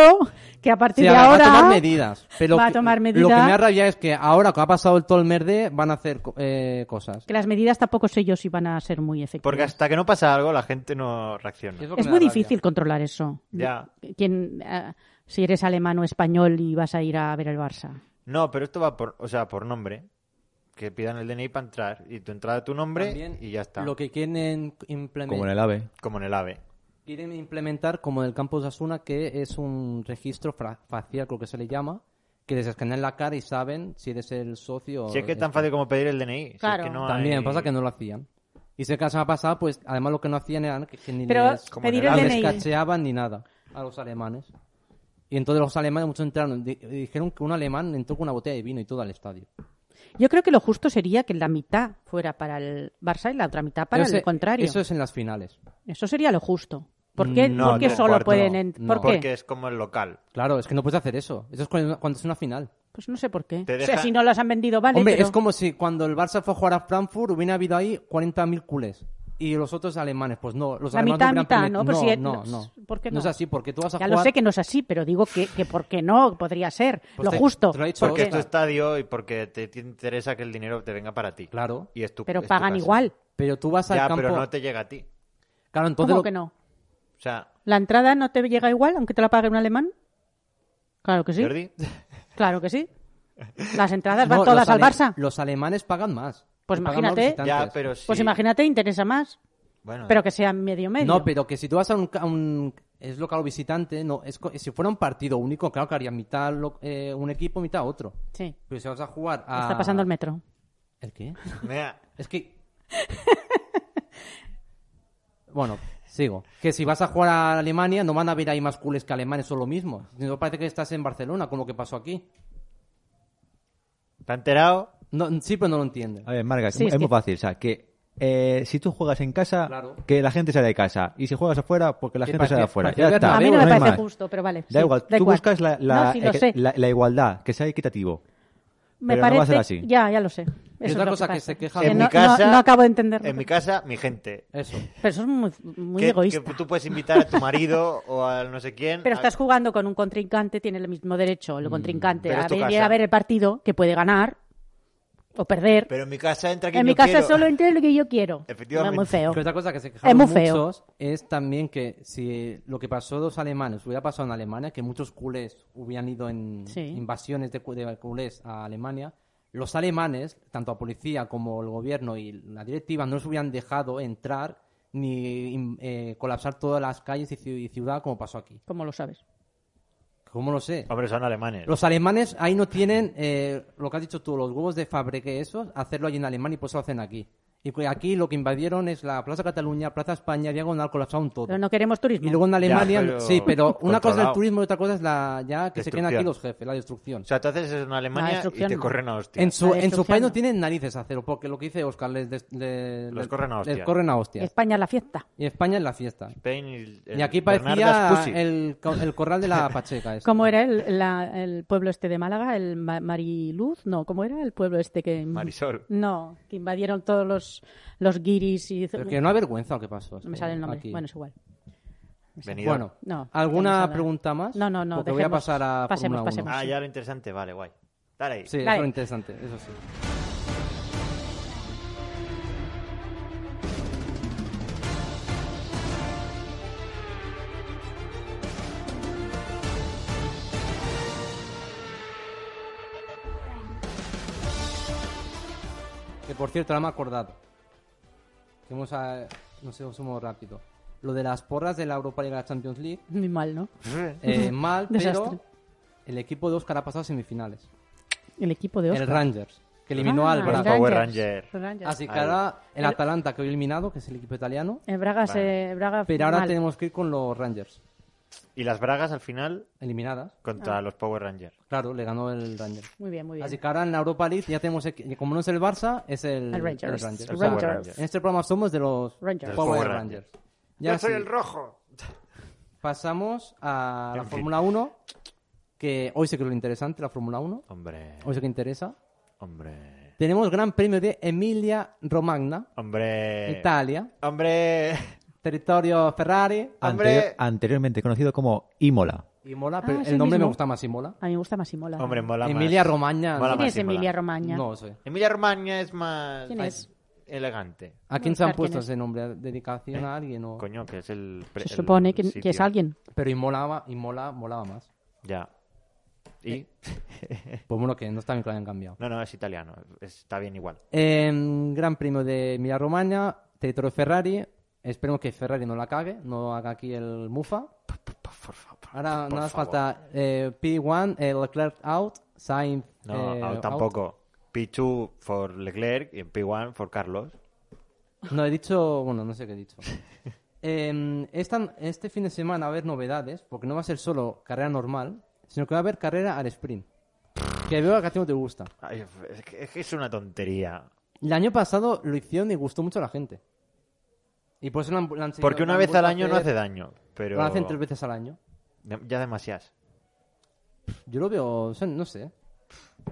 que a partir Sí, de ahora ahora va a tomar medidas. Pero va a que- tomar Lo que medidas. me ha rabia es que ahora que ha pasado el todo el merde van a hacer co- eh, cosas. que las medidas tampoco sé yo si van a ser muy efectivas. Porque hasta que no pasa algo, la gente no reacciona. lo que es me muy da difícil controlar eso. Ya. Quien, eh, si eres alemán o español y vas a ir a ver el Barça. No, pero esto va por, o sea, por nombre. Que pidan el DNI para entrar. Y tu entrada, tu nombre rabia. y ya está. Lo que quieren implementar, Como en el AVE. Como en el AVE. quieren implementar como en el campus Asuna, que es un registro fra- facial, creo que se le llama, que les escanean la cara y saben si eres el socio. o Si es que es tan este. fácil como pedir el DNI. si es Claro. que no También hay- pasa que no lo hacían. Y si el caso ha pasado, pues además lo que no hacían era que, que ni Pero les, Como pedir en el el ni AVE. les DNI. cacheaban ni nada a los alemanes. Y entonces los alemanes muchos entraron. di- dijeron que un alemán entró con una botella de vino y todo al estadio. Yo creo que lo justo sería que la mitad fuera para el Barça y la otra mitad para Pero el ese- contrario. Eso es en las finales. Eso sería lo justo. ¿Por qué, No, por qué no, solo cuarto pueden no. entrar? No. ¿Por qué? Porque es como el local. Claro, es que no puedes hacer eso. Eso es cuando, cuando es una final. Pues no sé por qué. Te O sea, deja- si no las han vendido, vale. Hombre, pero- es como si cuando el Barça fue a jugar a Frankfurt hubiera habido ahí 40.000 culés. Y los otros alemanes, pues no. Los La alemanes mitad, no, hubieran mitad, permiti- ¿no? Pero si es- no, no, ¿por qué No es no? así, porque tú vas a Ya jugar... lo sé que no es así, pero digo que, que ¿por qué no? Podría ser. Pues lo te- justo. te lo he dicho Porque Porque- es tu estadio y porque te, te interesa que el dinero te venga para ti. Claro. Y es tu- Pero es tu pagan casa. igual. Pero tú vas al Ya, campo... pero no te llega a ti. Claro, entonces... ¿Cómo lo- que no? O sea, ¿La entrada no te llega igual, aunque te la pague un alemán? Claro que sí. Jordi, Claro que sí. Las entradas van No, todas los al ale- Barça. Los alemanes pagan más. Pues Y pagan más los imagínate. visitantes. ya, pero sí. Ah. Pues imagínate, interesa más. Bueno, Pero que sea medio medio. No, pero que si tú vas a un, ca- a un- es local o visitante, no, es co- si fuera un partido único, claro que haría mitad lo- eh, un equipo, mitad otro. Sí. Pero si vas a jugar a... Está pasando el metro. ¿El qué? mira, Es que... bueno, sigo. Que si vas a jugar a Alemania, no van a ver ahí más culés que alemanes o lo mismo. No parece que estás en Barcelona, con lo que pasó aquí. ¿te has enterado? No, sí, pero no lo entiendo. A ver, Marga, es Sí, mu- es es, que- muy fácil. O sea, que eh, si tú juegas en casa, Claro. que la gente sale de casa. Y si juegas afuera, porque la Que gente parece- sale afuera. parece Ya el está. A Bernabéu, mí no No me hay parece más. justo, pero vale. Da sí, igual, tú buscas la, la, No, sí, lo equ- sé. la- la igualdad, que sea equitativo. Me pero no parece. va a ser así. Ya, ya lo sé. Eso es otra lo cosa que pasa. se queja Que de- en no, mi casa, no- no acabo de entender. En mi casa, mi gente. Eso. Pero eso es muy, muy que, egoísta. que tú puedes invitar a tu marido o al no sé quién. Pero a- estás jugando con un contrincante, tiene el mismo derecho el contrincante Mm, pero a es tu venir casa. a ver el partido, que puede ganar o perder. Pero en mi casa entra quien en mi yo casa quiero. solo entre lo que yo quiero. Efectivamente. No, es muy feo. Pero otra cosa que se Es quejaron muy feo. muchos es también que si lo que pasó a los alemanes hubiera pasado en Alemania, que muchos culés hubieran ido en Sí. invasiones de, cu- de culés a Alemania, los alemanes, tanto la policía como el gobierno y la directiva, no les hubieran dejado entrar ni in- eh, colapsar todas las calles y ci- y ciudad como pasó aquí. ¿Cómo lo sabes? ¿Cómo lo sé? Hombre, son alemanes. Los alemanes ahí no tienen eh, lo que has dicho tú, los huevos de fabrique esos, hacerlo allí en Alemania y pues lo hacen aquí. Y pues aquí lo que invadieron es la Plaza Cataluña, Plaza España, diagonal, colapsaron todo. Pero no queremos turismo. Y luego en Alemania, pero sí, pero una cosa es el controlado. turismo y otra cosa es la ya que se queden aquí Destrucción. los jefes, la destrucción. O sea, tú haces eso en La Alemania y destrucción te no. corren a hostia. en, su, la en su destrucción país no. no tienen narices a hacerlo, porque lo que dice Oscar les, des- les- Los corren a les hostias. corren a hostias. España es la fiesta. Y España es la fiesta. Spain y, el Y aquí Bernardas parecía Pussy. el, co- el corral de la Pacheca. este. ¿Cómo era el, la- el pueblo este de Málaga? ¿El Ma- Mariluz? No, ¿cómo era el pueblo este que... Marisol. No, que invadieron todos los, los guiris y... Pero que no hay vergüenza lo que pasó. este, No Pues me sale el nombre. aquí. Bueno, es igual. Venido. Bueno, No, ¿alguna vamos a- pregunta más? No, no, no, Porque voy a dejemos- pasar a pasemos, Fórmula 1. pasemos. Ah, ya lo interesante. Vale, guay. Dale ahí. Sí, eso Dale. es lo interesante, eso sí. Que por cierto, ahora me he acordado. Que hemos a... No sé, somos rápido. Lo de las porras de la Europa League y la Champions League. Muy mal, ¿no? eh, mal, Desastre. pero el equipo de Oscar ha pasado a semifinales. El equipo de Oscar. El Rangers, Ah, que eliminó Ah, Braga. al el Braga. Braga. Power Rangers. Ranger. El Rangers. Así que Ahí. ahora el Atalanta que hoy eliminado, que es el equipo italiano, El Braga se... Braga pero ahora mal. tenemos que ir con los Rangers Y las bragas al final eliminadas. Ah. contra los Power Rangers. Claro, le ganó el Rangers. Muy bien, muy bien. Así que ahora en la Europa League ya tenemos, equi- como no es el Barça, es el, El Rangers. el Rangers. El O sea, Power Rangers. Rangers. en este programa somos de los Rangers. Power, Power Rangers. Rangers. Ya sí, rojo. pasamos a la En fin. Fórmula 1, que hoy sé que es lo interesante, la Fórmula 1. Hombre, Hoy sé que interesa. hombre, Tenemos Gran Premio de Emilia Romagna, hombre, Italia. hombre. territorio Ferrari. Hombre. Anteri- anteriormente conocido como Imola. Imola, Ah, pero es el el nombre mismo. me gusta más Imola. A mí me gusta más Imola. Hombre, mola más. Emilia Romagna. Mola ¿Quién más es Emilia Romagna? No sé. Emilia Romagna es más ¿Quién es? elegante. ¿A Voy a quién se han buscar puesto quién es. ese nombre? ¿Dedicación a alguien? O... Eh, Coño, que es el. pre- Se el supone que, que sitio. es alguien. Pero Imola, Imola molaba más. Ya. Y. Eh. Eh. Pues bueno, que no está bien que lo hayan cambiado. No, no, es italiano. Está bien igual. Em, gran premio de Emilia Romagna, territorio Ferrari. Esperemos que Ferrari no la cague, no haga aquí el Mufa. Ahora no hace falta eh, P1, eh, Leclerc out, Sainz No, eh, au- out. tampoco. P2 for Leclerc y P1 for Carlos. No, he dicho... Bueno, no sé qué he dicho. Em, esta- este fin de semana va a haber novedades, porque no va a ser solo carrera normal, sino que va a haber carrera al sprint. Que veo que a ti no te gusta. Ay, es, que, es que es una tontería. El año pasado lo hicieron y gustó mucho a la gente. Y por eso lo han- lo han seguido- Porque lo una han vez al vuelto a año no hacer- hace daño. Pero. Lo hacen tres veces al año. De- Ya demasiadas. Yo lo veo, o sea, no sé.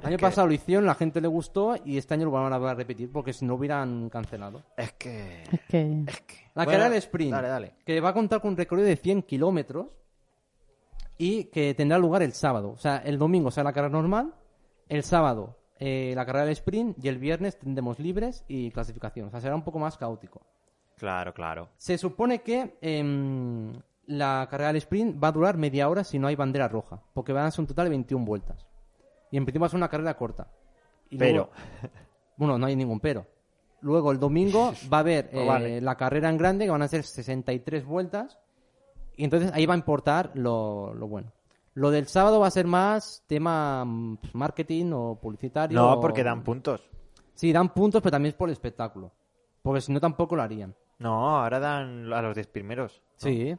El año pasado lo hicieron, la gente le gustó y este año lo van a volver a repetir porque si no hubieran cancelado. Es que. Es que... Es que. La Bueno, carrera del sprint, Dale, dale. que va a contar con un recorrido de 100 kilómetros y que tendrá lugar el sábado. O sea, el domingo será la carrera normal, el sábado eh, la carrera del sprint y el viernes tendremos libres y clasificación. O sea, será un poco más caótico. Claro, claro. Se supone que em, la carrera del sprint va a durar media hora si no hay bandera roja, porque van a ser un total de 21 vueltas. Y en principio va a ser una carrera corta. Y Pero. luego- bueno, no hay ningún pero. Luego el domingo va a haber Ah, eh, vale. la carrera en grande, que van a ser 63 vueltas. Y entonces ahí va a importar lo, lo bueno. Lo del sábado va a ser más tema mm, marketing o publicitario. No, o- porque dan puntos. Sí, dan puntos, pero también es por el espectáculo. Porque si no, tampoco lo harían. No, ahora dan a los 10 primeros. Sí.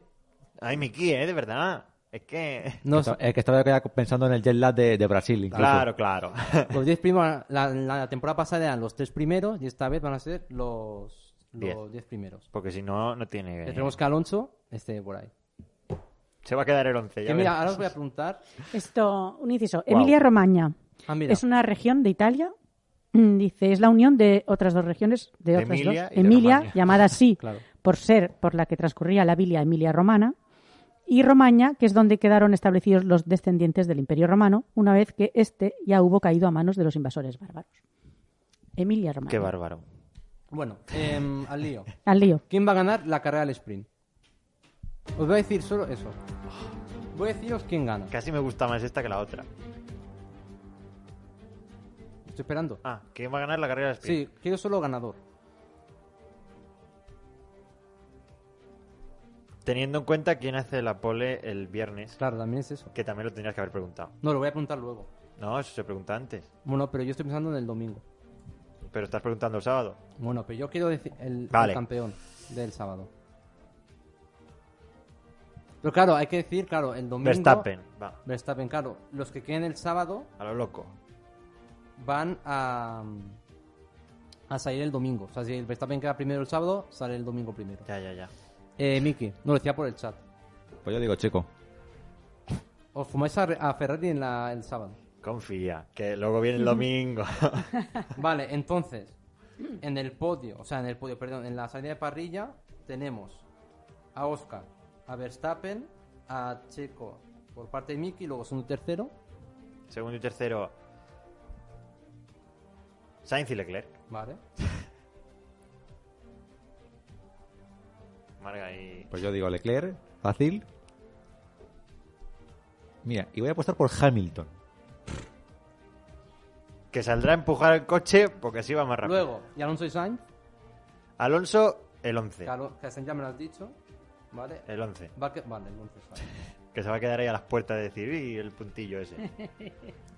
Ay, Miki, ¿eh? De verdad. Es que... No, sé- Esta- Es que estaba ya pensando en el jet lag de, de Brasil. incluso. Claro, claro. Los 10 primeros, la, la temporada pasada eran los 3 primeros y esta vez van a ser los Diez. los 10 primeros. Porque si no, no tiene... Esperemos que Alonso esté por ahí. Se va a quedar el 11. Que mira, ahora os voy a preguntar. Esto, un inciso. Guau. Emilia Romagna Ah, mira. es una región de Italia. Mm, Dice, es la unión de otras dos regiones, de, De otras Emilia dos. y de Romagna. Emilia, llamada así Claro. por ser por la que transcurría la Vilia Emilia Romana, y Romaña, que es donde quedaron establecidos los descendientes del Imperio Romano, una vez que éste ya hubo caído a manos de los invasores bárbaros. Emilia Romana. Qué bárbaro. Bueno, em, al lío. Al lío. ¿Quién va a ganar la carrera del sprint? Os voy a decir solo eso. Voy a deciros quién gana. Casi me gusta más esta que la otra. Estoy esperando. Ah, ¿quién va a ganar la carrera del sprint? Sí, quiero solo ganador. Teniendo en cuenta quién hace la pole el viernes, Claro, también es eso. que también lo tendrías que haber preguntado. No, lo voy a preguntar luego. No, eso se pregunta antes. Bueno, pero yo estoy pensando en el domingo. Pero estás preguntando el sábado. Bueno, pero yo quiero decir el, Vale. el campeón del sábado. Pero claro, hay que decir, claro, el domingo. Verstappen. Va, Verstappen, claro. Los que queden el sábado a lo loco. van a. a salir el domingo. O sea, si el Verstappen queda primero el sábado, sale el domingo primero. Ya, ya, ya. Eh, Miki, no lo decía por el chat. Pues yo digo, chico. Os fumáis a, Re- a Ferrari en la- el sábado. Confía, que luego viene el domingo. Vale, entonces, en el podio, o sea, en el podio, perdón, en la salida de parrilla tenemos a Oscar, a Verstappen, a Checo por parte de Miki, luego segundo y tercero, Segundo y tercero. Sainz y Leclerc. vale. Marga y... Pues yo digo Leclerc, fácil. Mira, y voy a apostar por Hamilton. Que saldrá a empujar el coche porque así va más rápido. Luego, y Alonso y Sainz, Alonso, el 11. que, Alo- que a Sainz ya me lo has dicho, vale. El 11. Va que- vale, el once Sainz. Que se va a quedar ahí a las puertas de decir, y el puntillo ese.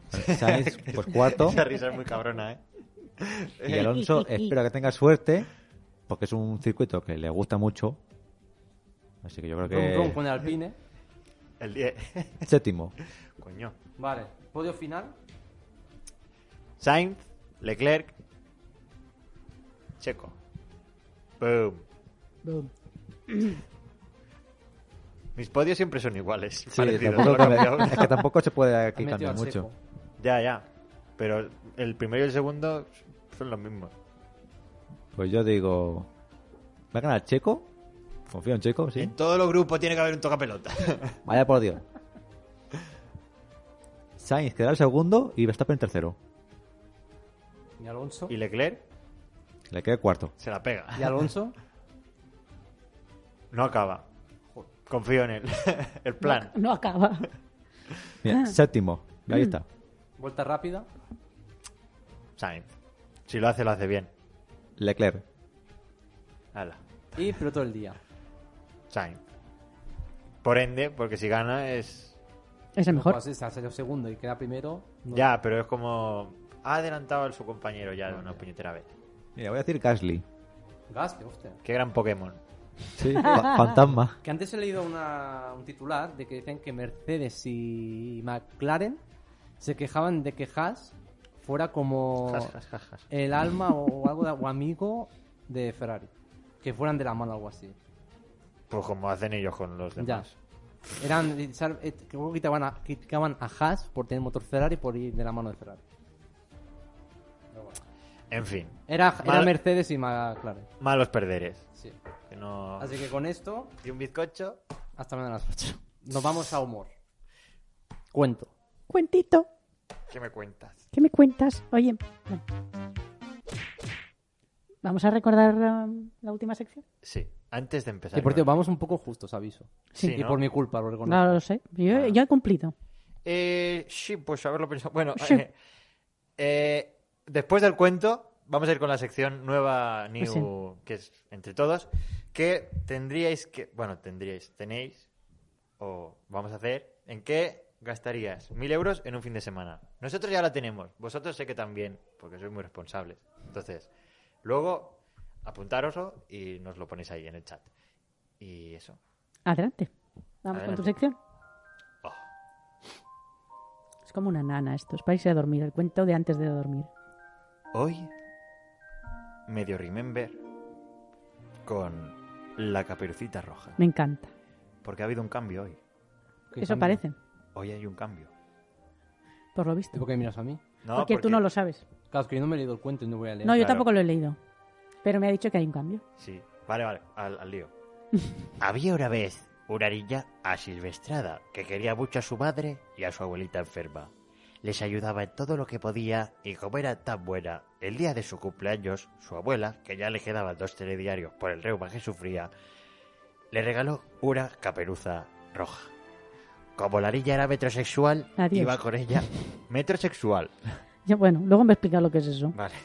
Sainz, pues cuarto. Esa risa es muy cabrona, ¿eh? Y Alonso, espero que tenga suerte, porque es un circuito que le gusta mucho. Así que yo creo Rum, rum que. con el Alpine, El 10. Séptimo. Coño. vale. Podio final, Sainz, Leclerc, Checo. Boom. Boom. Mis podios siempre son iguales. Sí, parecidos, tampoco no cambia- cambiamos. es que tampoco se puede ha aquí metido cambiar a Checo. mucho. Ya, ya. Pero el primero y el segundo son los mismos. Pues yo digo. ¿Va a ganar Checo? Confío en Checo, sí. ¿Eh? En todos los grupos tiene que haber un tocapelota. Vaya por Dios. Sainz quedará segundo y Verstappen tercero. ¿Y Alonso? y Leclerc Le queda cuarto. se la pega. ¿Y Alonso? No acaba. Confío en él. El plan. No acaba. Mira, séptimo. Ahí está. ¿Vuelta rápida? Sainz. Si lo hace, lo hace bien. Leclerc. Hala. Y piloto del día. Sainz. Por ende, porque si gana es. Es el mejor. Pues, sí, se ha salido segundo y queda primero. No- Ya, pero es como. Ha adelantado a su compañero ya de una puñetera vez. Mira, voy a decir Gasly. Gasly, hostia. Qué gran Pokémon. Sí, fa- fantasma. Que antes he leído una- un titular de que decían que Mercedes y McLaren se quejaban de que Haas fuera como Jas, jas, jas, jas. el alma o, algo de- o amigo de Ferrari. Que fueran de la mano o algo así. Pues como hacen ellos con los Ya. demás. Eran, eh, sar- eh, creo que criticaban a, criticaban a Haas por tener motor Ferrari y por ir de la mano de Ferrari. En fin. Era, era Mal- Mercedes y McLaren. Malos perderes. Sí. Que no. Así que con esto, Y un bizcocho. hasta mañana a las 8. Nos vamos a humor. Cuento. Cuentito, ¿Qué me cuentas? ¿qué me cuentas? Oye, bueno. vamos a recordar um, la última sección. Sí. Antes de empezar. Que por cierto, con- vamos un poco justos, aviso. Sí, y ¿no? por mi culpa, lo reconozco. Claro, lo sé. Yo, yo he cumplido. Eh, sí, pues haberlo pensado. Bueno, Sí. eh, eh, después del cuento, vamos a ir con la sección nueva, new, Pues sí. que es entre todos, que tendríais que, bueno, tendríais, tenéis, o vamos a hacer, en qué gastarías mil euros en un fin de semana. Nosotros ya la tenemos, vosotros sé que también, porque sois muy responsables. Entonces, luego apuntároslo y nos lo ponéis ahí en el chat. Y eso. Adelante. Vamos con Adelante. tu sección. Oh. Es como una nana esto, es para irse a dormir, el cuento de antes de dormir. Hoy, medio remember con la caperucita roja. Me encanta. Porque ha habido un cambio hoy. Que Eso cambio. parece, Hoy hay un cambio. por lo ¿Y visto. por qué me miras a mí? No, porque, tú no lo sabes. Claro, es que yo no me he leído el cuento y no voy a leer. No, yo claro. tampoco lo he leído. Pero me ha dicho que hay un cambio. Sí, vale, vale, al, al lío. Había una vez una niña asilvestrada que quería mucho a su madre y a su abuelita enferma. Les ayudaba en todo lo que podía y como era tan buena, el día de su cumpleaños, su abuela, que ya le quedaban dos telediarios por el reuma que sufría, le regaló una caperuza roja. Como la niña era metrosexual, Adiós. iba con ella. Metrosexual. Ya, bueno, luego me explica lo que es eso. Vale.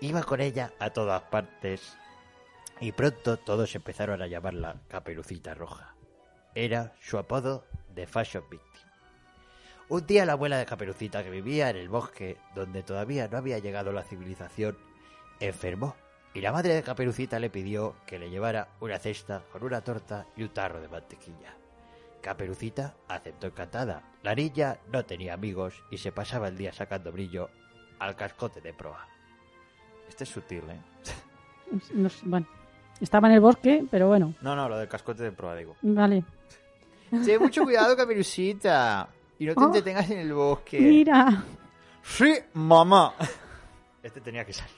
Iba con ella a todas partes y pronto todos empezaron a llamarla Caperucita Roja. Era su apodo de Fashion Victim. Un día la abuela de Caperucita que vivía en el bosque donde todavía no había llegado la civilización enfermó y la madre de Caperucita le pidió que le llevara una cesta con una torta y un tarro de mantequilla. Caperucita aceptó encantada. La niña no tenía amigos y se pasaba el día sacando brillo al cascote de proa. Este es sutil, ¿eh? No sé, bueno, estaba en el bosque, pero bueno, No, no, lo del cascote de proa, digo. vale. Ten mucho cuidado, Caperucita. Y no te Oh. entretengas en el bosque. Mira, Sí, mamá. Este tenía que salir.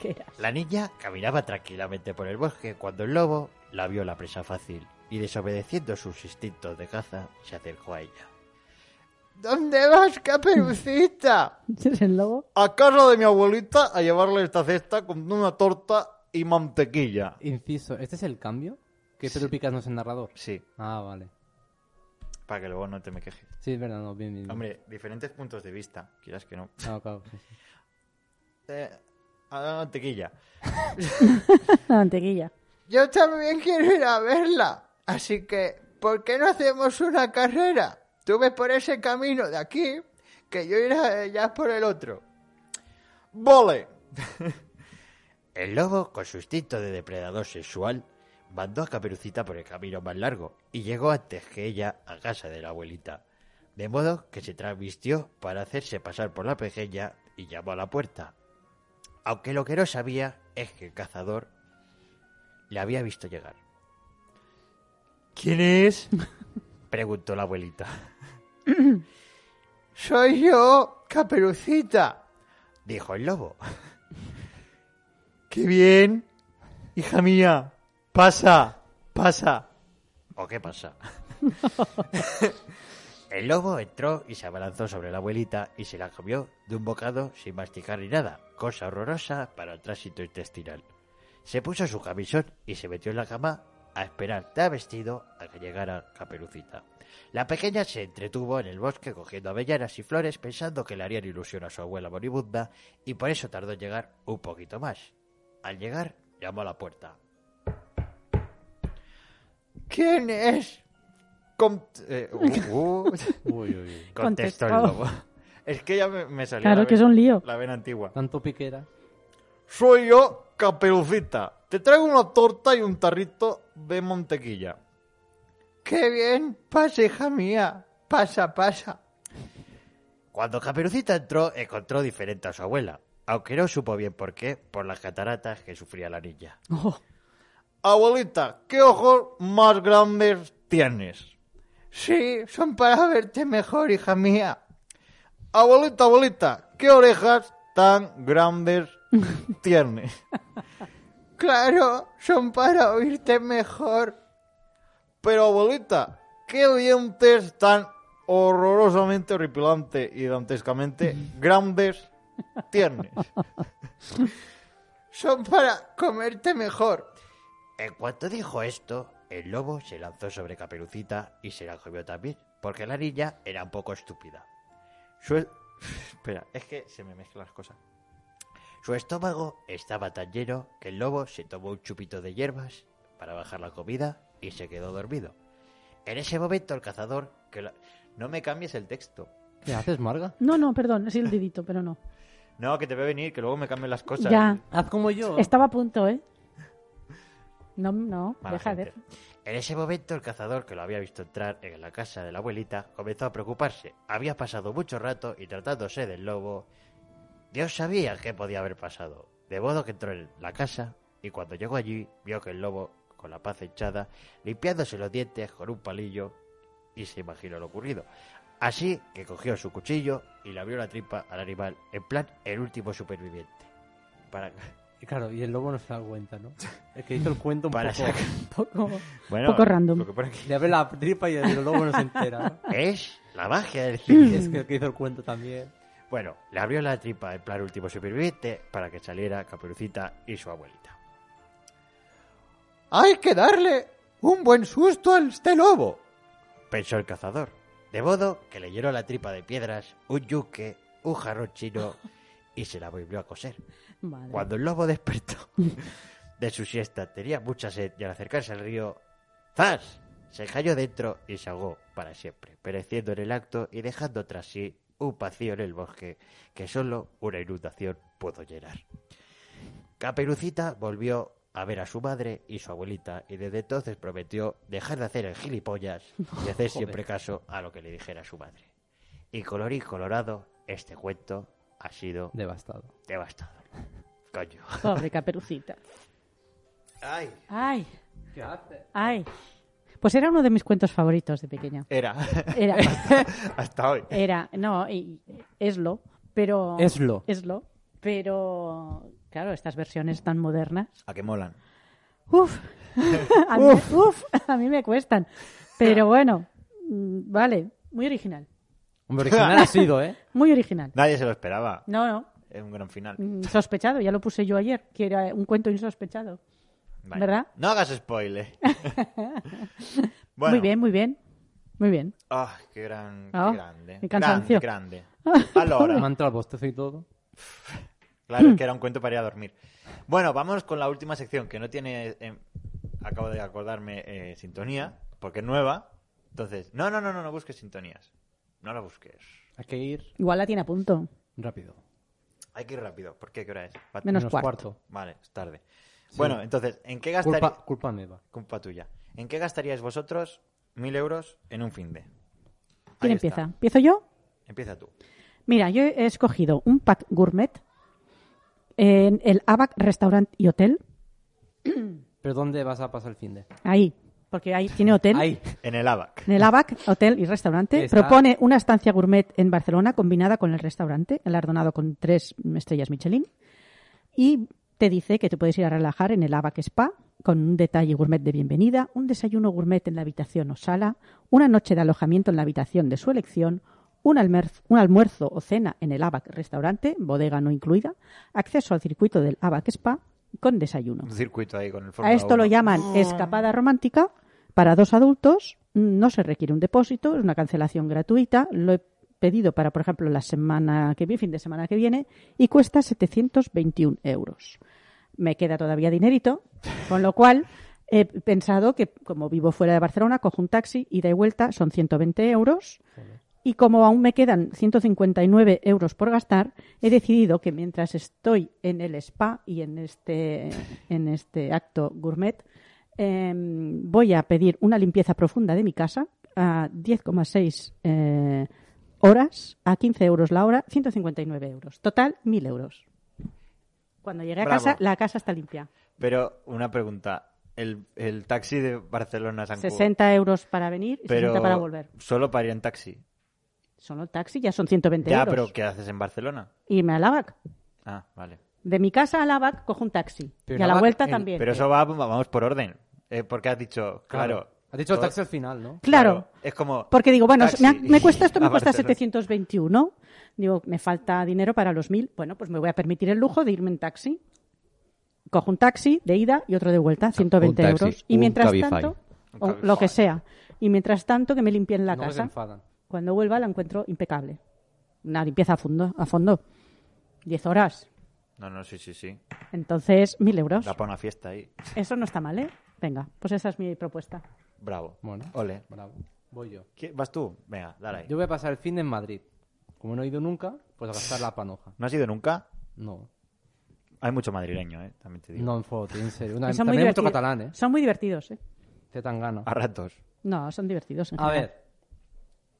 ¿qué era? La niña caminaba tranquilamente por el bosque cuando el lobo la vio la presa fácil y desobedeciendo sus instintos de caza se acercó a ella. ¿Dónde vas, caperucita? ¿Es el lobo? A casa de mi abuelita a llevarle esta cesta con una torta y mantequilla. Inciso, ¿este es el cambio? Que Pedro Picas no es el narrador. Sí, Ah, vale. para que luego no te me quejes. Sí, es verdad, no, bien, bien. bien. Hombre, diferentes puntos de vista, quieras que no. Claro, claro, sí, sí. Eh, a la mantequilla. La mantequilla. Yo también quiero ir a verla. Así que, ¿por qué no hacemos una carrera? Tú ves por ese camino de aquí, que yo iré ya por el otro. ¡Vole! el lobo, con su instinto de depredador sexual, mandó a Caperucita por el camino más largo y llegó antes que ella a casa de la abuelita. De modo que se transvistió para hacerse pasar por la pequeña y llamó a la puerta. Aunque lo que no sabía es que el cazador le había visto llegar. ¿Quién es? preguntó la abuelita. Soy yo, caperucita, dijo el lobo. ¡Qué bien! Hija mía, Pasa, pasa. ¿O qué pasa? El lobo entró y se abalanzó sobre la abuelita y se la comió de un bocado sin masticar ni nada, cosa horrorosa para el tránsito intestinal. Se puso su camisón y se metió en la cama a esperar tan vestido a que llegara Caperucita. La pequeña se entretuvo en el bosque cogiendo avellanas y flores pensando que le harían ilusión a su abuela moribunda y por eso tardó en llegar un poquito más. Al llegar, llamó a la puerta. ¿Quién es? Con- eh, uh, uh. Contestó el Contestó. lobo. Es que ya me, me salió Claro la que es vena- un lío. La vena antigua. Tanto piquera. Soy yo, Caperucita. Te traigo una torta y un tarrito de mantequilla. ¡Qué bien! Pasa, hija mía. Pasa, pasa. Cuando Caperucita entró, encontró diferente a su abuela, aunque no supo bien por qué, por las cataratas que sufría la niña. Oh, Abuelita, ¿qué ojos más grandes tienes? Sí, son para verte mejor, hija mía. Abuelita, abuelita, ¿qué orejas tan grandes tienes? claro, son para oírte mejor. Pero abuelita, ¿qué dientes tan horrorosamente horripilante y dantescamente grandes tienes? son para comerte mejor. En cuanto dijo esto, el lobo se lanzó sobre Caperucita y se la comió también, porque la niña era un poco estúpida. Su... Espera, es que se me mezclan las cosas. Su estómago estaba tan lleno que el lobo se tomó un chupito de hierbas para bajar la comida y se quedó dormido. En ese momento el cazador... Que la- No me cambies el texto. ¿Qué haces, Marga? No, no, perdón, es el dedito, pero no. No, que te voy a venir, que luego me cambien las cosas. Ya. Haz como yo. Estaba a punto, ¿eh? No, no, Mala deja de... gente. En ese momento, el cazador que lo había visto entrar en la casa de la abuelita comenzó a preocuparse. Había pasado mucho rato y tratándose del lobo, Dios sabía qué podía haber pasado. De modo que entró en la casa y cuando llegó allí vio que el lobo, con la paz echada, limpiándose los dientes con un palillo y se imaginó lo ocurrido. Así que cogió su cuchillo y le abrió la tripa al animal, en plan el último superviviente. Para, Y Claro, y el lobo no se da cuenta, ¿no? Es que hizo el cuento un para poco sacar- Poco... Bueno, Poco random. lo que pone aquí de ver la tripa y el lobo no se entera. ¿no? es la magia del cine. Y es que el que hizo el cuento también. Bueno, le abrió la tripa el plan último superviviente para que saliera Caperucita y su abuelita. Hay que darle un buen susto al este lobo, pensó el cazador. De modo que le llenó la tripa de piedras, un yuque, un jarrón chino y se la volvió a coser. Madre. Cuando el lobo despertó de su siesta, tenía mucha sed y al acercarse al río, ¡zas! Se cayó dentro y se ahogó para siempre, pereciendo en el acto y dejando tras sí un vacío en el bosque que solo una inundación pudo llenar. Caperucita volvió a ver a su madre y su abuelita y desde entonces prometió dejar de hacer el gilipollas y hacer siempre caso a lo que le dijera su madre. Y colorín colorado, este cuento ha sido Devastado. devastado. Coño. Pobre caperucita. Ay. Ay, ¿Qué haces? ay. Pues era uno de mis cuentos favoritos de pequeña. Era. Era, Hasta hoy. era, no, y- eslo, pero... Eslo. Eslo, pero... Claro, estas versiones tan modernas A que molan. Uf. a mí, uf, a mí me cuestan. Pero bueno, mm, vale, muy original. Hombre, original ha sido, ¿eh? Muy original. Nadie se lo esperaba. No, no, Es un gran final. mm, sospechado, ya lo puse yo ayer, que era un cuento insospechado. Vale. ¿Verdad? No hagas spoiler. Muy bien, muy bien. Muy bien. Ah, qué, gran, qué Ah, grande. qué cansancio. Grande, grande. Valora. Manta al bostezo y todo. Claro, es que era un cuento para ir a dormir. Bueno, vamos con la última sección que no tiene, eh, acabo de acordarme, eh, sintonía, porque es nueva. Entonces, no, no, no, no, no busques sintonías. No la busques. Hay que ir Igual la tiene a punto. rápido. Hay que ir rápido. ¿Por qué? ¿Qué hora es? Va- Menos cuarto. Vale, es tarde. Bueno, entonces, ¿en qué gastaría...? Culpa, culpa nueva. Culpa tuya. ¿En qué gastaríais vosotros mil euros en un fin de? ¿Quién empieza? ¿Empiezo yo? Empieza tú. Mira, yo he escogido un pack gourmet en el ABAC Restaurant y Hotel. ¿Pero dónde vas a pasar el fin de? Ahí, porque ahí tiene hotel. Ahí. En el ABAC. En el ABAC, hotel y restaurante, Está. propone una estancia gourmet en Barcelona combinada con el restaurante, galardonado con tres estrellas Michelin. Y te dice que te puedes ir a relajar en el ABAC Spa, con un detalle gourmet de bienvenida, un desayuno gourmet en la habitación o sala, una noche de alojamiento en la habitación de su elección, un, almer- un almuerzo o cena en el ABAC restaurante, bodega no incluida, acceso al circuito del ABAC Spa con desayuno. Un circuito ahí con el A Fórmula esto lo 1. llaman escapada romántica para dos adultos. mm, No se requiere un depósito, es una cancelación gratuita. Lo he pedido para, por ejemplo, la semana que viene, fin de semana que viene, y cuesta 721 euros. Me queda todavía dinerito, con lo cual he pensado que, como vivo fuera de Barcelona, cojo un taxi, ida y vuelta, son 120 euros. Y como aún me quedan 159 euros por gastar, he decidido que mientras estoy en el spa y en este, en este acto gourmet, em, voy a pedir una limpieza profunda de mi casa a 10,6 eh, horas, a 15 euros la hora, 159 euros. Total, 1.000 euros. Cuando llegué a Bravo. casa, la casa está limpia. Pero una pregunta. El, el taxi de Barcelona a San Cugat, 60 euros para venir y pero 60 para volver. Solo para ir en taxi. Solo el taxi ya son 120 Ya, euros. pero ¿qué haces en Barcelona? Y me alabac. Ah, vale. De mi casa a Lavac cojo un taxi. Pero y a la Lavac vuelta en- también. Eh, Pero eso va, vamos por orden. Eh, porque has dicho, claro. Has dicho el todo- taxi al final, ¿no? Claro. Es como. Porque digo, bueno, taxi me, ha- me cuesta esto, me a cuesta Barcelona. 721. Digo, me falta dinero para los mil. Bueno, pues me voy a permitir el lujo de irme en taxi. Cojo un taxi de ida y otro de vuelta, 120 taxi, euros. Y un mientras Cabify. tanto, Un o Cabify. lo que sea. Y mientras tanto, que me limpien la no se casa. enfadan. Cuando vuelva la encuentro impecable. Una limpieza a fondo. A fondo. 10 horas. No, no, sí, sí, sí. Entonces, mil euros. Da para una fiesta ahí. Eso no está mal, ¿eh? Venga, pues esa es mi propuesta. Bravo. Bueno. Ole. Bravo. Voy yo. ¿Qué- ¿Vas tú? Venga, dale ahí. Yo voy a pasar el fin en Madrid. Como no he ido nunca, pues a gastar la panoja. ¿No has ido nunca? No. Hay mucho madrileño, ¿eh? También te digo. No en foto, en serio. Una- Y son muy también hay mucho divertidos. catalán, ¿eh? Son muy divertidos, ¿eh? Te tan gana. A ratos. No, son divertidos. en A general. ver.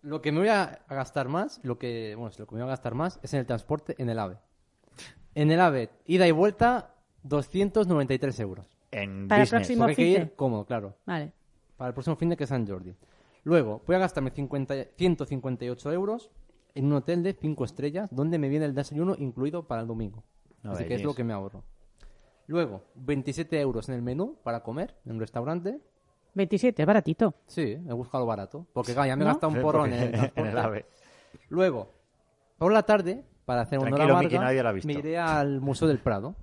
Lo que me voy a a gastar más, lo que, bueno, lo que me voy a gastar más es en el transporte en el AVE. En el AVE, ida y vuelta, 293 euros. En Para el business. próximo- Porque hay que fin de. ir cómodo, claro. Vale. Para el próximo fin de que es San Jordi. Luego, voy a gastarme 50 158 euros en un hotel de 5 estrellas donde me viene el desayuno incluido para el domingo. No Así que es veréis. lo que me ahorro. Luego, 27 euros en el menú para comer en un restaurante. 27, baratito. Sí, he buscado barato. Porque claro, ya me he ¿No? gastado un Sí, porrón porque- en ¿eh? el transporte. en el AVE. Luego, por la tarde, para hacer una Tranquilo, Miki, larga, nadie lo ha visto. me iré al Museo del Prado.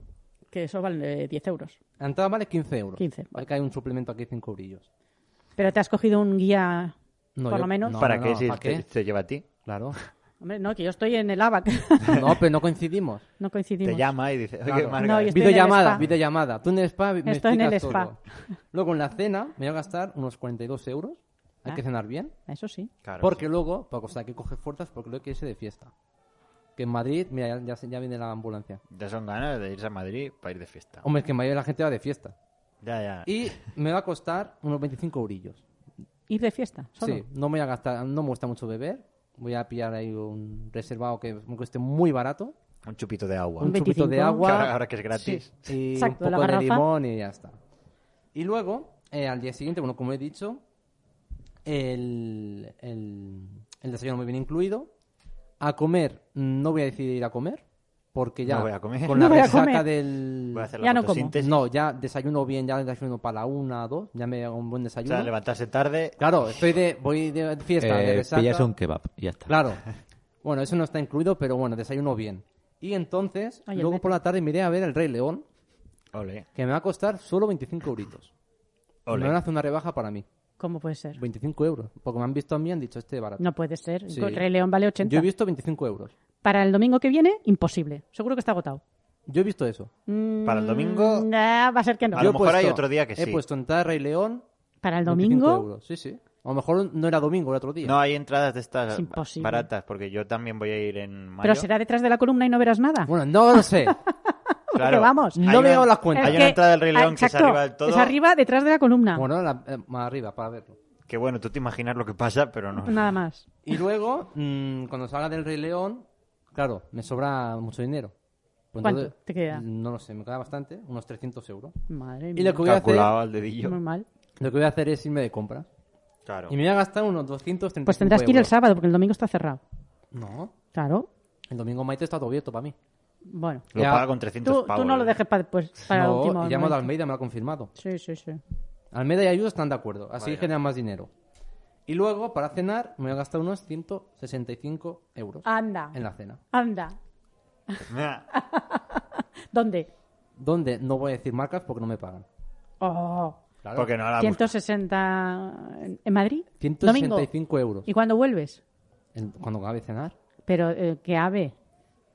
Que eso vale eh, 10 euros. La entrada vale 15 euros. 15, Hay que hay un suplemento aquí 5 brillos. Pero te has cogido un guía, No, por yo- lo menos. no. ¿Para qué si ¿para te, qué? te lleva a ti? Claro. Hombre, no, que yo estoy en el ABAC. No, pero no coincidimos. no coincidimos. Te llama y dice, oye, Claro. Marga, No, y- Estoy en el videollamada, spa. videollamada. Tú en el spa me Estoy en el explicas spa. todo. Luego en la cena me voy a gastar unos 42 euros. Hay Ah. que cenar bien. Eso sí. Claro, porque luego, para costar que coge fuerzas, porque luego hay que irse de fiesta. Que en Madrid, mira, ya, ya se- ya viene la ambulancia. Ya son ganas de irse a Madrid para ir de fiesta. Hombre, es que en Madrid la gente va de fiesta. Ya, ya. Y me va a costar unos 25 eurillos. Ir de fiesta, solo. Sí, no me voy a gastar, no me gusta mucho beber. Voy a pillar ahí un reservado que me cueste muy barato. Un chupito de agua. Un Un chupito 25. de Que agua. ahora, ahora que es gratis. y Exacto, un la poco de garrafa. limón y ya está. Y luego, eh, al día siguiente, bueno, como he dicho, el, el, el desayuno muy bien incluido. A comer, no voy a decidir ir a comer, porque ya No voy a comer. con No la voy a resaca comer. del... Voy a hacer la Ya no como. fotosíntesis. No, ya desayuno bien, ya desayuno para la una, dos, ya me hago un O buen desayuno. sea, levantarse tarde. Claro, estoy de, voy de fiesta, de Eh, resaca. pillas un kebab y ya está. Claro. Bueno, eso no está incluido, pero bueno, desayuno bien. Y entonces, Ay, el luego Betis. por la tarde me iré a ver el Rey León, Ole, que me va a costar solo 25 euritos. Y ole. Me van a hacer una rebaja para mí. ¿Cómo puede ser? 25 euros. Porque me han visto a mí y han dicho, este es barato. No puede ser. Sí. El Rey León vale 80. Yo he visto 25 euros. Para el domingo que viene, imposible. Seguro que está agotado. Yo he visto eso. Para el domingo- Mm, nah, va a ser que no. A lo Yo he mejor hay otro día que sí. He puesto entrada Rey León. Para el 25 domingo, euros. Sí, sí. A lo mejor no era domingo, era otro día. No hay entradas de estas Es imposible. baratas, porque yo también voy a ir en mayo. pero será detrás de la columna y no verás nada. Bueno, no lo sé. Claro. vamos. Hay No una- veo las cuentas. Hay Es una que- entrada del Rey ah, León que es exacto, arriba del todo. Es arriba, detrás de la columna. bueno, la- eh, más arriba, para verlo. Que bueno, tú te imaginas lo que pasa, pero no. Nada más. Y luego, mm, cuando salga del Rey León, claro, me sobra mucho dinero. Pues ¿Cuánto te queda? No lo sé, me queda bastante, unos 300 euros. Madre Y mía. lo que voy a hacer, Calculado lo al dedillo. Muy mal. que voy a hacer es irme de compras. Claro. Y me voy a gastar unos 230 Pues tendrás que ir el sábado porque el domingo está cerrado. No, Claro. el domingo Maite está todo abierto para mí. Bueno. Lo Ya. paga con 300 Tú, pavos. ¿eh? tú no lo dejes para después, para el no, último. y llamo momento. a Almeida, me lo ha confirmado. Sí, sí, sí. Almeida y Ayuso están de acuerdo, así generan más dinero. Y luego, para cenar, me voy a gastar unos 165 euros Anda. en la cena. Anda. Ah, Mira, ¿Dónde? Donde no voy a decir marcas porque no me pagan. Oh. Claro. Porque no la busca. 160 en- en Madrid. Domingo. 165 euros. ¿Y cuándo vuelves? El- cuando acabe de cenar. Pero eh, que ave.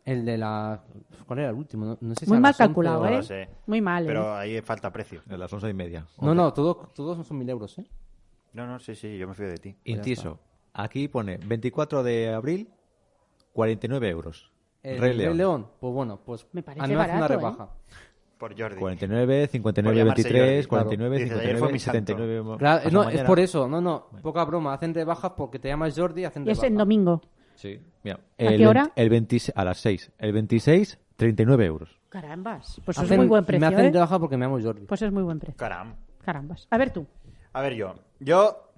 El de la... ¿Cuál era el último? No, no sé si Muy a mal las 11 calculado, o- no ¿eh? lo sé. Muy mal. ¿eh? Pero ahí falta precio. A las once y media. No, no, todo- todos son 1.000 euros, ¿eh? No, no, sí, sí, yo me fío de ti. Inciso. Aquí pone 24 de abril, 49 euros. El Rey León. pues bueno, pues Me parece a mí me hace una barato, ¿eh? rebaja. Por Jordi. 49, 59, Por llamarse 23, Jordi, claro. 49, Dices, ayer 59, fue mi santo. 79. mo- Claro, pues pasado no, es mañana. por eso, no, no, poca broma, hacen rebajas porque te llamas Jordi y hacen Y es rebajas. en domingo. Sí, mira. qué El hora? 20 el 26 a las 6. El 26, 39 euros. Carambas. Pues es Hacen- muy buen Me precio. hacen ¿eh? rebaja porque me llamo Jordi. Pues es muy buen precio. Caram. Carambas. A ver tú. A ver, yo. Yo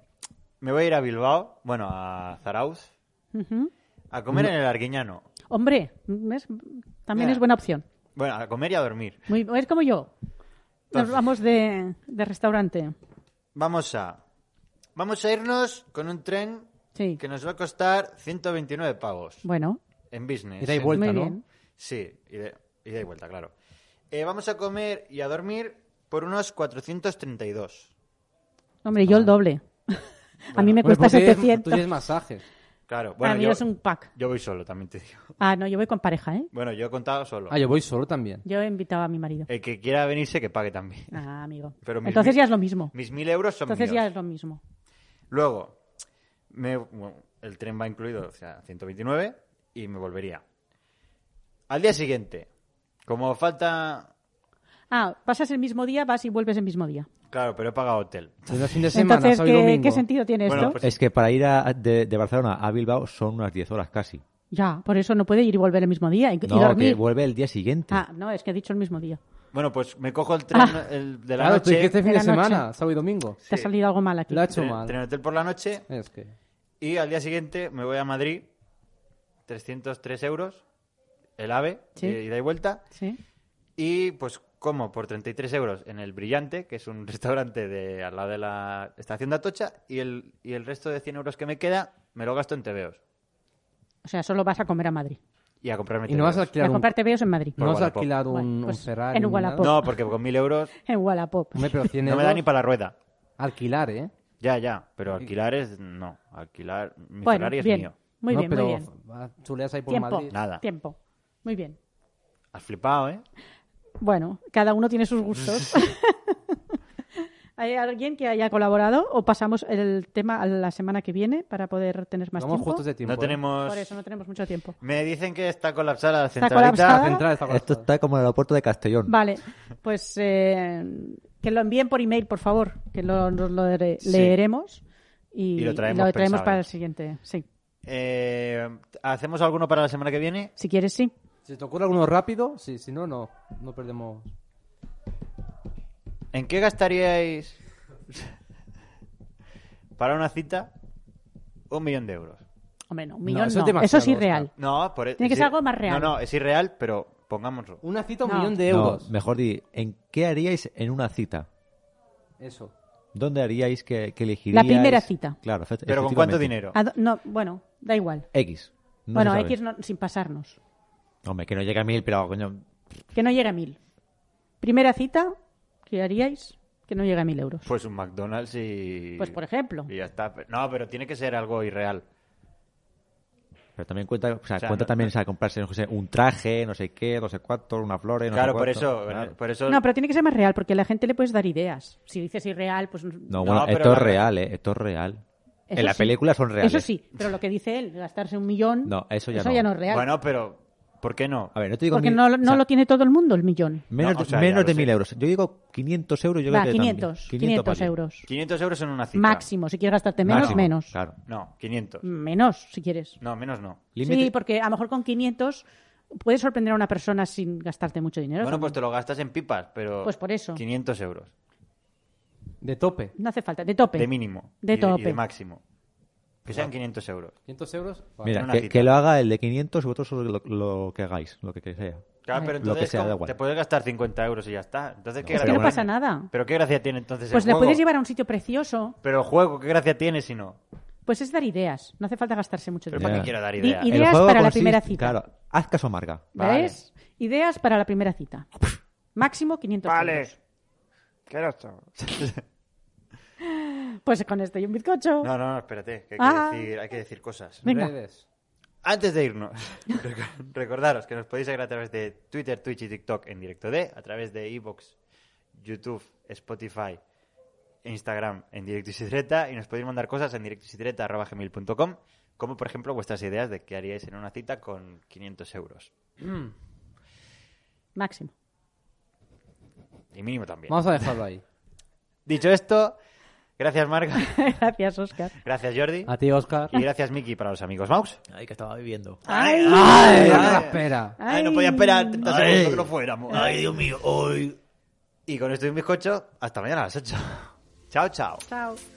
me voy a ir a Bilbao, bueno, a Zarauz, Ujú. a comer en el Arguiñano. Hombre, ¿ves? también Ya. es buena opción. Bueno, a comer y a dormir. Muy, es como yo. Nos Entonces- vamos de, de restaurante. Vamos a. Vamos a irnos con un tren Sí. que nos va a costar 129 pavos Bueno, en business. Ida y en- vuelta, muy ¿no? bien. Sí, ida ida y vuelta, claro. Eh, vamos a comer y a dormir por unos 432. Hombre, yo el doble. a mí me Hombre, cuesta porque pues tú tienes- Tú 700. tienes masajes. Claro, bueno, Para Ah, mí yo, es un pack. yo voy solo, también te digo. Ah, no, yo voy con pareja, ¿eh? Bueno, yo he contado solo. Ah, yo voy solo también. Yo he invitado a mi marido. El que quiera venirse, que pague también. Ah, amigo. Eh, Pero mis Entonces mil- ya es lo mismo. Mis mil euros son Entonces míos. ya es lo mismo. Luego, me- bueno, el tren va incluido, o sea, 129, y me volvería. Al día siguiente, como falta... Ah, pasas el mismo día, vas y vuelves el mismo día. Claro, pero he pagado hotel. Yo los fines de semana, Entonces, sábado y ¿qué, domingo. qué sentido tiene Bueno, esto? pues- Es que para ir a- de, de Barcelona a Bilbao son unas 10 horas casi. Ya, por eso no puede ir y volver el mismo día y, y No, que dormir. vuelve el día siguiente. Ah, no, es que he dicho el mismo día. Bueno, pues me cojo el tren el de la Ah. Claro, tú noche, dijiste fin De de la noche. semana, sábado y domingo. Te ha salido algo mal aquí. Lo ha hecho tren, tren mal. hotel por la noche, Es que... y al día siguiente me voy a Madrid, 303 euros, el AVE, Sí. de ida y vuelta, Sí. y pues como por 33 euros en El Brillante, que es un restaurante de al lado de la estación de Atocha, y el, y el resto de 100 euros que me queda me lo gasto en tebeos. O sea, solo vas a comer a Madrid. Y a comprarme Y no vas tebeos. a A alquilar un, comprar TVOs en Madrid. no vas a Wallapop. alquilar un, Bueno, un pues, Ferrari. en ni nada. Wallapop. No, porque con 1.000 euros En Wallapop. Hombre, pero 100 no euros. me da ni para la rueda. Alquilar, ¿eh? Ya, ya, pero alquilar es... No, alquilar... Mi Bueno, Ferrari es bien. mío. Muy No, bien, pero muy bien. va, Chuleas ahí por Tiempo. Madrid. Nada. Tiempo. Muy bien. Has flipado, ¿eh? Bueno, cada uno tiene sus gustos. ¿Hay alguien que haya colaborado o pasamos el tema a la semana que viene para poder tener más Vamos tiempo? justos de tiempo. no ¿eh? tenemos... Por eso no tenemos mucho tiempo. Me dicen que está colapsada la Está centralita. La colapsada. central está Esto colapsada. está como en el aeropuerto de Castellón. Vale, pues eh, que lo envíen por email, por favor, que lo, nos lo leere- Sí. leeremos y, Y lo traemos pensado, para ¿eh? el siguiente. Sí, Eh, ¿Hacemos alguno para la semana que viene? si quieres, sí. Si te ocurre alguno rápido, sí, si no, no, no perdemos. ¿En qué gastaríais para una cita un millón de euros? Hombre, no, un millón eso es no. eso demasiado, es irreal. Oscar. No, por e- Tiene que es ser ir- algo más real. No, no, es irreal, pero pongámoslo. Una cita, un No. millón de No, euros. mejor di, ¿en qué haríais en una cita? Eso. ¿Dónde haríais que, que elegiríais? La primera cita. Claro, efect- Pero ¿con cuánto efectivamente. dinero? ¿A do- no, bueno, da igual. X. No bueno, se sabe. X no- sin pasarnos. Hombre, que no llega a mil, pero coño. Que no llegue a mil. Primera cita, ¿qué haríais? Que no llegue a mil euros. Pues un McDonald's y... Pues, por ejemplo. Y ya está. Pero- No, pero tiene que ser algo irreal. Pero también cuenta, o sea, O sea, cuenta no- también, o sea, comprarse, no sé, un traje, no sé qué, no sé cuánto, unas flores, no sé claro, por cuánto. eso, eh, pues, Claro. por eso... No, pero tiene que ser más real, porque a la gente le puedes dar ideas. Si dices irreal, pues... No, bueno, pero esto es la- real, ¿eh? Esto es real. Eso en la sí. película son reales. Eso sí, pero lo que dice él, gastarse un millón... No, eso ya no. es real. Bueno, pero... ¿Por qué no? A ver, no te digo porque mil- no, lo- o no sea, lo tiene todo el mundo el millón. Menos, No, de- o sea, ya menos lo de sé. mil euros. Yo digo 500 euros. Yo Va, creo que 500, 500, también. 500 vale. euros. 500 euros en una cita. Máximo, si quieres gastarte menos, Máximo, menos. Claro. No, 500. Menos, si quieres. No, menos no. Límite- Sí, porque a lo mejor con 500 puedes sorprender a una persona sin gastarte mucho dinero. Bueno, pues también. te lo gastas en pipas, pero... Pues por eso. 500 euros. De tope. No hace falta, de tope. De mínimo. De y y tope. de máximo. Que sean 500 euros. 500 euros. Vale. en Mira, una que, cita. que lo haga el de 500 y vosotros lo, lo que hagáis, lo que queráis. Claro, pero Lo entonces que sea, ¿cómo? da igual. te puedes gastar 50 euros y ya está. Entonces, ¿qué Es gracia que no tiene? pasa nada. Pero qué gracia tiene entonces Pues el le juego? puedes llevar a un sitio precioso. Pero el juego, ¿qué gracia tiene si no? Pues es dar ideas. No hace falta gastarse mucho Pero dinero. ¿para qué Ya. quiero dar Eh, I- ideas? y- El Ideas juego para la consiste- primera cita. Claro, haz caso, Marga. ¿Ves? Ideas para la primera cita. Máximo 500 Vale. euros. ¿Qué era esto? Pues con esto y un bizcocho. No, no, no, espérate, que hay, Ah. que decir, hay que decir cosas. Venga. Redes. Antes de irnos, reco- recordaros que nos podéis seguir a través de Twitter, Twitch y TikTok en directo de, a través de iVoox, YouTube, Spotify, Instagram en directo y sidreta, y nos podéis mandar cosas en directo y sidreta arroba gmail.com, como por ejemplo vuestras ideas de qué haríais en una cita con 500 euros. Máximo. Y mínimo también. Vamos a dejarlo ahí. Dicho esto, gracias Marga, Gracias, Oscar. gracias Jordi, A ti, Oscar. y gracias Miki para los amigos Maus. Ay, que estaba viviendo. ¡Ay! la Ah, espera! Ay, no podía esperar 30 Ay. segundos que no fuéramos. Ay, Dios mío, hoy. Y con esto y un bizcocho, hasta mañana a las 8. Chao, chao. Chao.